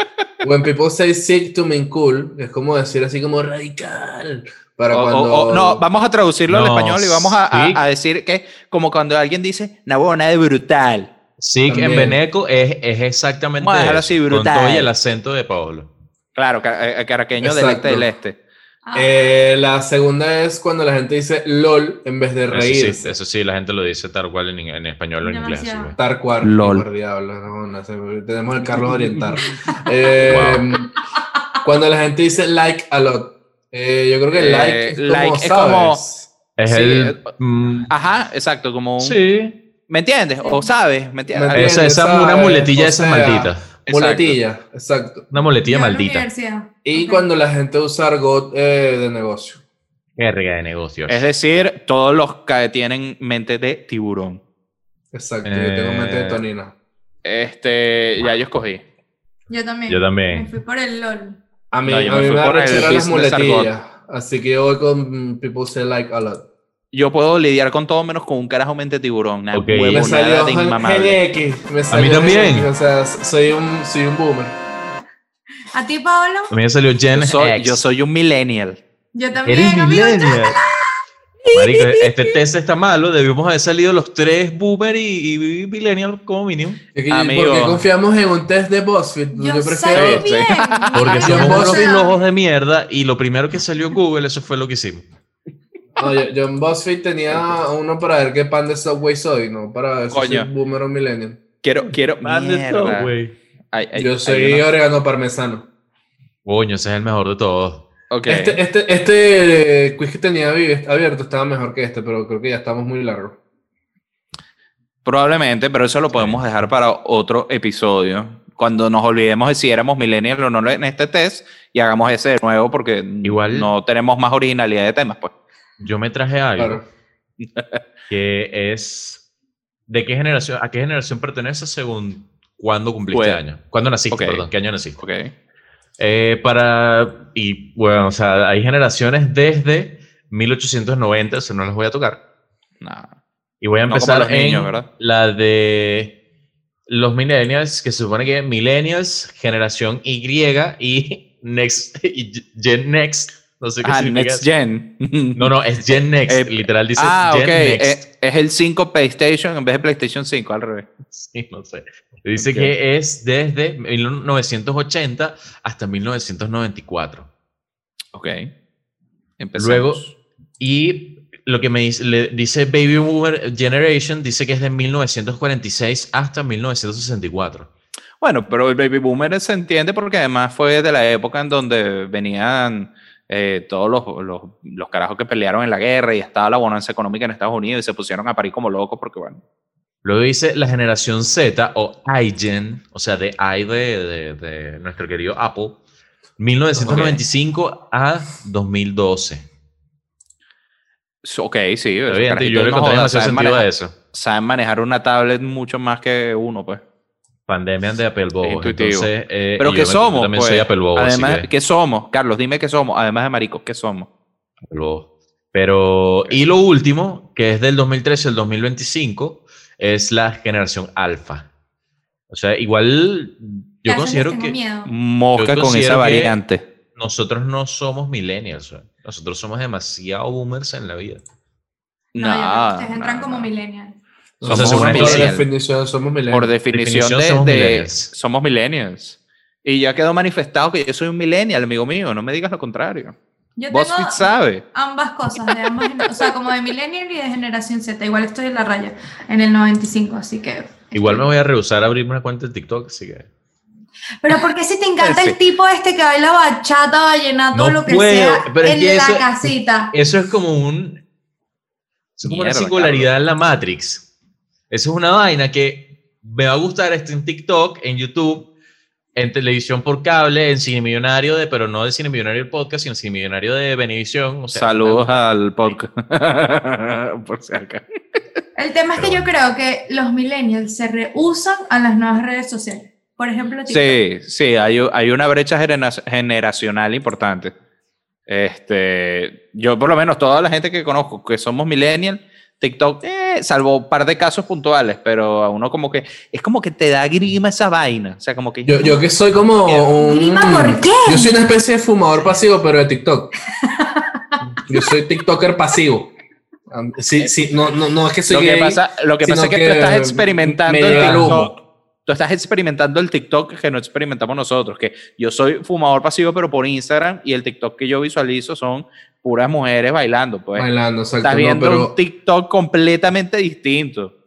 Speaker 4: When people say sick to mean cool, es como decir así como radical. Para
Speaker 2: Oh,
Speaker 1: O- o-
Speaker 4: cuando.
Speaker 1: o- no, vamos a traducirlo al
Speaker 2: No,
Speaker 1: español y vamos a, a-
Speaker 2: sí.
Speaker 1: a decir que como cuando alguien dice, una huevona de brutal.
Speaker 2: Sí, que en
Speaker 4: También.
Speaker 2: Beneco es, es exactamente
Speaker 1: Vamos a dejarlo
Speaker 2: eso,
Speaker 1: así,
Speaker 2: con
Speaker 1: brutal.
Speaker 2: todo y el acento de Paolo.
Speaker 1: Claro, ca- eh, caraqueño del
Speaker 4: Exacto.
Speaker 1: este del este.
Speaker 3: Ah,
Speaker 4: Eh, la segunda es cuando la gente dice lol en vez de
Speaker 2: Eso Ah, sí,
Speaker 4: reír.
Speaker 2: eso sí, la gente lo dice tal cual en, en español o en inglés. así,
Speaker 3: Demasiado.
Speaker 2: güey.
Speaker 4: Tal cual.
Speaker 1: Lol.
Speaker 4: por diablo, no, no sé, tenemos el Carlos Oriental. Eh, Cuando la gente dice like a lot. Eh, yo creo que
Speaker 1: Eh,
Speaker 4: like es como,
Speaker 1: like es
Speaker 4: ¿sabes?
Speaker 1: como-
Speaker 2: Es
Speaker 1: Sí,
Speaker 2: el.
Speaker 1: eh,
Speaker 2: mm,
Speaker 1: Ajá, exacto, como un...
Speaker 2: sí.
Speaker 1: ¿Me entiendes? O sabes, ¿me entiendes?
Speaker 4: Me
Speaker 1: Algo-
Speaker 2: Esa, esa-
Speaker 4: ¿sabes?
Speaker 2: una muletilla
Speaker 4: O
Speaker 2: de esas
Speaker 4: sea,
Speaker 2: malditas.
Speaker 4: Muletilla, exacto.
Speaker 2: Una
Speaker 3: yo
Speaker 2: muletilla
Speaker 3: en la
Speaker 2: maldita.
Speaker 3: universidad.
Speaker 4: Y
Speaker 3: Ok.
Speaker 4: cuando la gente usa argot eh, de negocio.
Speaker 2: Verga de negocios.
Speaker 1: Es decir, todos los que tienen mente de tiburón.
Speaker 4: Exacto, yo tengo mente de
Speaker 2: Eh,
Speaker 4: tonina.
Speaker 1: Este, ya yo escogí.
Speaker 3: Yo también.
Speaker 2: Yo
Speaker 3: Me
Speaker 2: también.
Speaker 3: fui por el LOL.
Speaker 4: A mí,
Speaker 1: no, yo
Speaker 4: a
Speaker 1: me
Speaker 4: mí
Speaker 1: fui
Speaker 4: me da
Speaker 1: por el
Speaker 4: rechera las
Speaker 1: business argot.
Speaker 4: muletillas. Así que yo voy con mm, people say like a lot.
Speaker 1: Yo puedo lidiar con todo menos con un carajo mente tiburón. Una
Speaker 2: Ok.
Speaker 1: huevonada
Speaker 4: Me
Speaker 2: Nada
Speaker 4: salió
Speaker 1: de
Speaker 4: Gen-
Speaker 1: inmamable.
Speaker 4: Gen X, me salió Gen
Speaker 2: también.
Speaker 4: X, O sea, soy un, soy un boomer.
Speaker 3: ¿A ti, Paolo?
Speaker 2: A mí me salió Gen
Speaker 1: Yo soy,
Speaker 2: X.
Speaker 1: yo soy un millennial.
Speaker 3: Yo también,
Speaker 2: Eres
Speaker 3: amigo.
Speaker 2: millennial. Marico, este test está malo. Debimos haber salido los tres boomer y, y millennial como mínimo.
Speaker 4: Es que,
Speaker 1: Amigo.
Speaker 4: ¿Por qué confiamos en un test de BuzzFeed?
Speaker 3: Yo,
Speaker 4: Yo
Speaker 3: salí
Speaker 4: prefiero.
Speaker 1: sí.
Speaker 3: bien.
Speaker 2: Porque
Speaker 1: Ah,
Speaker 3: Ay,
Speaker 2: somos
Speaker 3: o
Speaker 4: vos-
Speaker 2: unos
Speaker 3: sea,
Speaker 2: flojos de mierda y lo primero que salió Google, eso fue lo que hicimos.
Speaker 4: No, yo, yo en BuzzFeed tenía uno para ver qué pan de Subway soy, no para ver si soy
Speaker 1: Coño.
Speaker 4: boomer o millennial.
Speaker 1: Quiero, quiero. Mierda. Ay, ay,
Speaker 4: Yo
Speaker 1: ay,
Speaker 4: soy
Speaker 1: uno-
Speaker 4: orégano parmesano.
Speaker 2: Coño, ese es el mejor de todos.
Speaker 1: Ok.
Speaker 4: Este, este, este eh, quiz que tenía vi- abierto estaba mejor que este, pero creo que ya estamos muy largos.
Speaker 1: Probablemente, pero eso lo podemos dejar para otro episodio. Cuando nos olvidemos de si éramos millennials o no en este test y hagamos ese de nuevo porque
Speaker 2: Igual-
Speaker 1: no tenemos más originalidad de temas. Pues.
Speaker 2: Yo me traje algo
Speaker 4: Claro.
Speaker 2: que es de qué generación, a qué generación perteneces según cuándo cumpliste
Speaker 1: Bueno.
Speaker 2: año. ¿Cuándo naciste,
Speaker 1: Pues, Ok.
Speaker 2: perdón? ¿Qué año naciste?
Speaker 1: Ok.
Speaker 2: Eh, para, y bueno, o sea, hay generaciones desde 1890, eso no las voy a tocar,
Speaker 1: Nah.
Speaker 2: Y voy a
Speaker 1: No
Speaker 2: empezar
Speaker 1: como los niños,
Speaker 2: en
Speaker 1: ¿verdad?
Speaker 2: la de los millennials, que se supone que millennials, generación Y y next y Gen Next, no sé qué
Speaker 1: Ah,
Speaker 2: significa.
Speaker 1: Next Gen.
Speaker 2: No, no, es Gen Next,
Speaker 1: Eh,
Speaker 2: literal dice
Speaker 1: ah,
Speaker 2: Gen
Speaker 1: ok.
Speaker 2: Next.
Speaker 1: Eh, Es, el 5 PlayStation en vez de PlayStation 5, al revés.
Speaker 2: Sí, no sé. Dice
Speaker 1: Ok.
Speaker 2: que es desde 1980 hasta 1994.
Speaker 1: Ok. Empezamos.
Speaker 2: Luego, Y lo que me dice, le dice Baby Boomer Generation dice que es de 1946 hasta 1964.
Speaker 1: Bueno, pero el baby boomer se entiende porque además fue de la época en donde venían eh, todos los, los, los carajos que pelearon en la guerra y estaba la bonanza económica en Estados Unidos y se pusieron a parir como locos porque, bueno,
Speaker 2: Luego dice la generación Z o iGen, o sea, de i de, de- de nuestro querido Apple, 1995 a 2012.
Speaker 1: s- ok, sí. esos
Speaker 2: Obviamente, yo
Speaker 1: carajitos
Speaker 2: le
Speaker 1: no
Speaker 2: encontré
Speaker 1: jodan,
Speaker 2: demasiado
Speaker 1: saben,
Speaker 2: sentido a
Speaker 1: manejar,
Speaker 2: eso.
Speaker 1: saben manejar una tablet mucho más que uno, pues.
Speaker 2: Pandemia de Apple Bobo.
Speaker 1: intuitivo.
Speaker 2: entonces, eh,
Speaker 1: Pero
Speaker 2: y
Speaker 1: ¿qué
Speaker 2: yo me-
Speaker 1: somos?
Speaker 2: yo También
Speaker 1: pues?
Speaker 2: soy Apple Bobo, eh, así
Speaker 1: Además,
Speaker 2: que
Speaker 1: ¿qué somos? Carlos, dime qué somos. Además de maricos, ¿qué somos?
Speaker 2: Apple Bobo. Pero, y lo último, que es del 2013 al 2025, es la generación alfa. O sea, igual yo
Speaker 3: Gracias,
Speaker 2: considero
Speaker 3: tengo
Speaker 2: que...
Speaker 3: miedo.
Speaker 1: Mosca
Speaker 2: Yo
Speaker 1: con
Speaker 2: considero
Speaker 1: esa
Speaker 2: que-
Speaker 1: variante.
Speaker 2: nosotros no somos millennials. weón. Nosotros somos demasiado boomers en la vida.
Speaker 3: No, yo creo que ustedes
Speaker 1: no,
Speaker 3: entran como
Speaker 1: no.
Speaker 3: millennials.
Speaker 2: O
Speaker 4: Somos,
Speaker 2: sea, según
Speaker 4: por
Speaker 1: millennials.
Speaker 4: definición, somos
Speaker 1: Por
Speaker 4: millennials.
Speaker 1: definición,
Speaker 2: definición
Speaker 1: de,
Speaker 2: somos
Speaker 1: de-
Speaker 2: millennials.
Speaker 1: somos millennials. Y ya quedó manifestado que yo soy un millennial, amigo mío. No me digas lo contrario.
Speaker 3: Yo tengo
Speaker 1: BuzzFeed sabe.
Speaker 3: ambas cosas, de ambas, gener- o sea, como de millennial y de generación Z. Igual estoy en la raya, en el 95, así que...
Speaker 2: Igual me voy a rehusar a abrirme una cuenta de TikTok, así que.
Speaker 3: Pero ¿por qué si te encanta
Speaker 1: Ese.
Speaker 3: el tipo este que baila bachata, vallenato,
Speaker 2: No
Speaker 3: lo que
Speaker 2: puedo,
Speaker 3: sea,
Speaker 2: pero es
Speaker 3: en
Speaker 2: que
Speaker 3: la
Speaker 2: eso-
Speaker 3: casita?
Speaker 2: Eso es como un. Es como una
Speaker 1: Mierda,
Speaker 2: singularidad en la Matrix. Eso es una vaina que me va a gustar esto en TikTok, en YouTube, en televisión por cable, en Cine Millonario, de, pero no de Cine Millonario el podcast, sino Cine Millonario de Benevisión. O sea,
Speaker 1: Saludos al podcast. Por si acaso.
Speaker 3: El tema es que yo creo que los millennials se rehusan a las nuevas redes sociales. Por ejemplo, TikTok.
Speaker 1: Sí, sí, hay, u- hay una brecha genera- generacional importante. Este, yo por lo menos toda la gente que conozco que somos millennials, TikTok, eh, salvo un par de casos puntuales, pero a uno como que es como que te da grima esa vaina, o sea, como que
Speaker 4: Yo, yo que soy como un...
Speaker 3: Grima, ¿por qué?
Speaker 4: Yo soy una especie de fumador pasivo, pero de TikTok. Yo soy TikToker pasivo. Um, Sí, sí, no, no, no es que soy
Speaker 1: lo que
Speaker 4: gay.
Speaker 1: pasa, lo que
Speaker 4: sino
Speaker 1: pasa es que, tú
Speaker 4: que
Speaker 1: estás experimentando
Speaker 4: me
Speaker 1: el
Speaker 4: llega el
Speaker 1: TikTok. Tú estás experimentando el TikTok que no experimentamos nosotros, que yo soy fumador pasivo, pero por Instagram, y el TikTok que yo visualizo son puras mujeres bailando. Pues
Speaker 4: Bailando, exacto.
Speaker 1: estás
Speaker 4: no,
Speaker 1: viendo
Speaker 4: pero-
Speaker 1: un TikTok completamente distinto.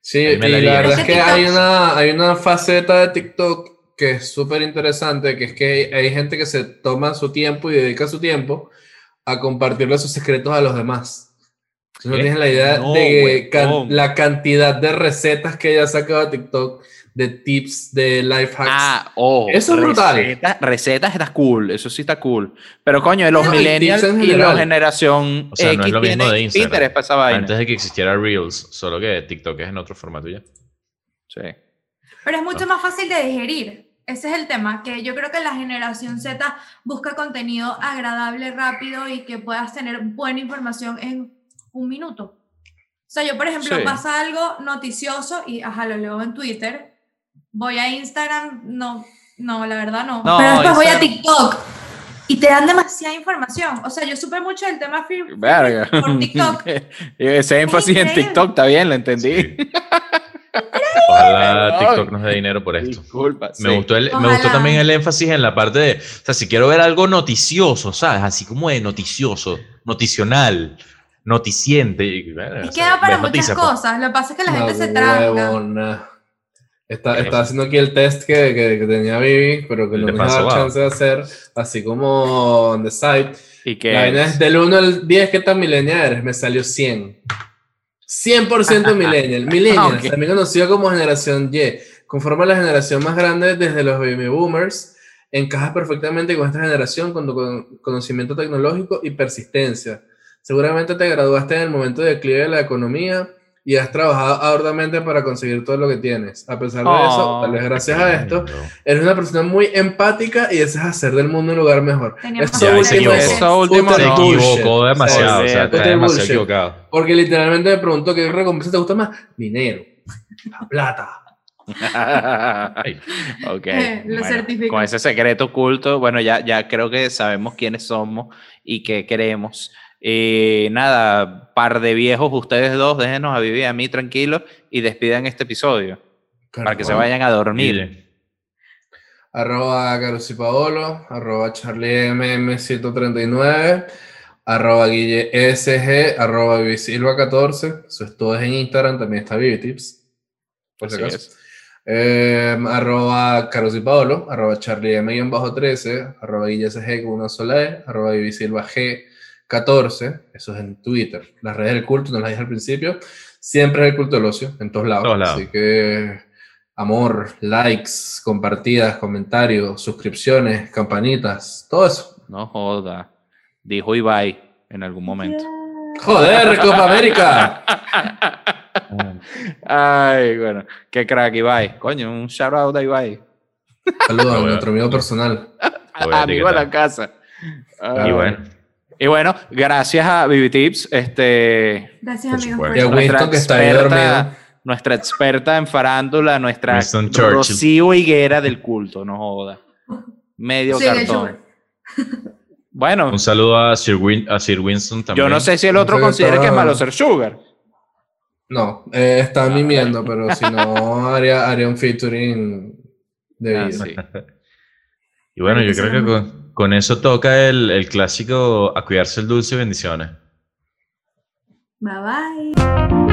Speaker 4: Sí,
Speaker 2: Ahí
Speaker 4: y
Speaker 2: me la lié.
Speaker 4: la verdad
Speaker 3: Ese
Speaker 4: es que
Speaker 3: TikTok.
Speaker 4: hay una, hay una faceta de TikTok que es súper interesante, que es que hay gente que se toma su tiempo y dedica su tiempo a compartirle sus secretos a los demás. Entonces, No
Speaker 2: ¿Qué?
Speaker 4: tienes la idea
Speaker 1: No,
Speaker 4: de que can-
Speaker 1: huevón.
Speaker 4: la cantidad de recetas que ella ha sacado de TikTok, de tips, de life hacks.
Speaker 1: Ah, ojo.
Speaker 4: Eso es brutal.
Speaker 1: Recetas, recetas está cool, eso sí está cool. Pero coño, los
Speaker 4: No, y
Speaker 1: millennials
Speaker 4: tips en
Speaker 1: y la
Speaker 4: general.
Speaker 1: generación
Speaker 2: O sea, no es
Speaker 1: X
Speaker 2: lo mismo
Speaker 1: tienen
Speaker 2: de Instagram.
Speaker 1: interés para esa vaina.
Speaker 2: Antes de que existiera Reels, solo que TikTok es en otro formato ya.
Speaker 1: Sí.
Speaker 3: Pero es
Speaker 1: Ah.
Speaker 3: mucho más fácil de digerir. Ese es el tema, que yo creo que la generación Z busca contenido agradable, rápido y que puedas tener buena información en un minuto. O sea, yo, por ejemplo,
Speaker 1: Sí.
Speaker 3: pasa algo noticioso y, ajá, lo leo en Twitter, voy a Instagram, no, no, la verdad no.
Speaker 1: No,
Speaker 3: Pero después voy a
Speaker 1: Instagram-
Speaker 3: TikTok y te dan demasiada información. O sea, yo supe mucho del tema free-
Speaker 1: Verga.
Speaker 3: por TikTok.
Speaker 1: Ese énfasis en
Speaker 3: increíble.
Speaker 1: TikTok está bien, lo entendí.
Speaker 2: Ojalá
Speaker 1: Ay.
Speaker 2: TikTok nos dé dinero por esto.
Speaker 1: Disculpa.
Speaker 2: Me,
Speaker 1: sí.
Speaker 2: gustó el- me
Speaker 3: Ojalá.
Speaker 2: gustó también el énfasis en la parte de, o sea, si quiero ver algo noticioso, ¿sabes? Así como de noticioso, noticional, noticiente. Y, bueno,
Speaker 3: Y
Speaker 2: o sea,
Speaker 3: queda para
Speaker 2: ves
Speaker 3: muchas
Speaker 2: noticias, pues.
Speaker 3: cosas. Lo que pasa es que la
Speaker 4: No,
Speaker 3: gente se tranca.
Speaker 4: huevona. Está, está haciendo aquí el test que, que- que tenía Vivi, pero que
Speaker 2: El
Speaker 4: no
Speaker 2: de
Speaker 4: me daba
Speaker 2: paso, va.
Speaker 4: chance de hacer, así como on the side.
Speaker 1: ¿Y
Speaker 4: La
Speaker 1: qué
Speaker 4: vaina
Speaker 1: es?
Speaker 4: es del 1 al 10, ¿qué tan millennial eres? Me salió 100. 100% millennial. Millennial,
Speaker 1: Ok.
Speaker 4: también conocido como generación Y, conforma la generación más grande desde los baby boomers, encaja perfectamente con esta generación con tu con- conocimiento tecnológico y persistencia. Seguramente te graduaste en el momento de declive de la economía y has trabajado arduamente para conseguir todo lo que tienes. A pesar de eso,
Speaker 1: Oh,
Speaker 4: tal vez gracias
Speaker 2: qué
Speaker 4: a esto,
Speaker 2: bonito.
Speaker 4: eres una persona muy empática y deseas hacer del mundo un lugar mejor.
Speaker 3: Teníamos
Speaker 4: Eso
Speaker 2: Ya, ahí se
Speaker 4: último
Speaker 2: equivocó.
Speaker 4: es
Speaker 1: Eso último
Speaker 4: utter
Speaker 2: Se
Speaker 1: no.
Speaker 4: bullshit.
Speaker 2: equivocó demasiado, o sea,
Speaker 1: Utter
Speaker 2: está demasiado
Speaker 4: bullshit.
Speaker 2: equivocado.
Speaker 4: Porque literalmente me preguntó qué recompensa te gusta más. Dinero. La plata.
Speaker 2: Ay,
Speaker 1: ok.
Speaker 3: Eh, lo certifico.
Speaker 1: Con ese secreto oculto, bueno, ya, ya creo que sabemos quiénes somos y qué queremos. Y nada, par de viejos, ustedes dos, déjenos a vivir a mí tranquilos y despidan este episodio para que se
Speaker 4: Caracol.
Speaker 1: vayan a dormir.
Speaker 2: mire.
Speaker 4: Arroba Carlos y Paolo, arroba Charlie MM139, arroba Guille SG, arroba Vivisilva14. Eso es todo es en Instagram, también está Vivitips. Por si
Speaker 1: Así
Speaker 4: acaso.
Speaker 1: es.
Speaker 4: Eh, arroba Carlos y Paolo, arroba Charlie M-13, arroba Guille SG con una sola E, arroba Vivisilva G14. Eso es en Twitter. Las redes del culto, no las dije al principio. Siempre es el culto del ocio, en todos lados.
Speaker 2: Todos lados.
Speaker 4: Así que amor, likes, compartidas, comentarios, suscripciones, campanitas, todo eso.
Speaker 1: No joda. Dijo Ibai en algún momento.
Speaker 4: Joder, Copa América.
Speaker 1: Ay, bueno, qué crack, Ibai. Coño, un shout out a Ibai.
Speaker 4: Saludos a
Speaker 2: Bueno.
Speaker 4: nuestro amigo personal.
Speaker 1: A-
Speaker 2: Voy a
Speaker 1: amigo de la
Speaker 2: etiquetar.
Speaker 1: casa.
Speaker 2: Y
Speaker 1: Ay.
Speaker 2: bueno,
Speaker 1: Y bueno, gracias a Vivitips, este,
Speaker 3: Gracias,
Speaker 2: Por
Speaker 3: amigos.
Speaker 2: supuesto.
Speaker 4: Y a
Speaker 1: Nuestra
Speaker 4: Winston que está ahí
Speaker 1: experta.
Speaker 4: dormido.
Speaker 1: nuestra experta en farándula, nuestra
Speaker 2: Winston Churchill.
Speaker 1: Rocío Higuera del culto, no joda. Medio
Speaker 3: Sí, de
Speaker 1: cartón.
Speaker 3: hecho,
Speaker 1: Bueno,
Speaker 2: un saludo a Sir, Win- a Sir Winston también.
Speaker 1: yo no sé si el otro
Speaker 4: Entonces,
Speaker 1: considera que es
Speaker 4: estaba-
Speaker 1: malo ser sugar.
Speaker 4: No, eh,
Speaker 2: Ah.
Speaker 4: están mimiendo, pero si no, haría, haría un featuring de
Speaker 1: Ah,
Speaker 4: video.
Speaker 1: sí.
Speaker 2: Y bueno, yo
Speaker 3: Parece
Speaker 2: creo que
Speaker 3: una-
Speaker 2: con, con eso toca el, el clásico a cuidarse el dulce y bendiciones.
Speaker 3: Bye bye.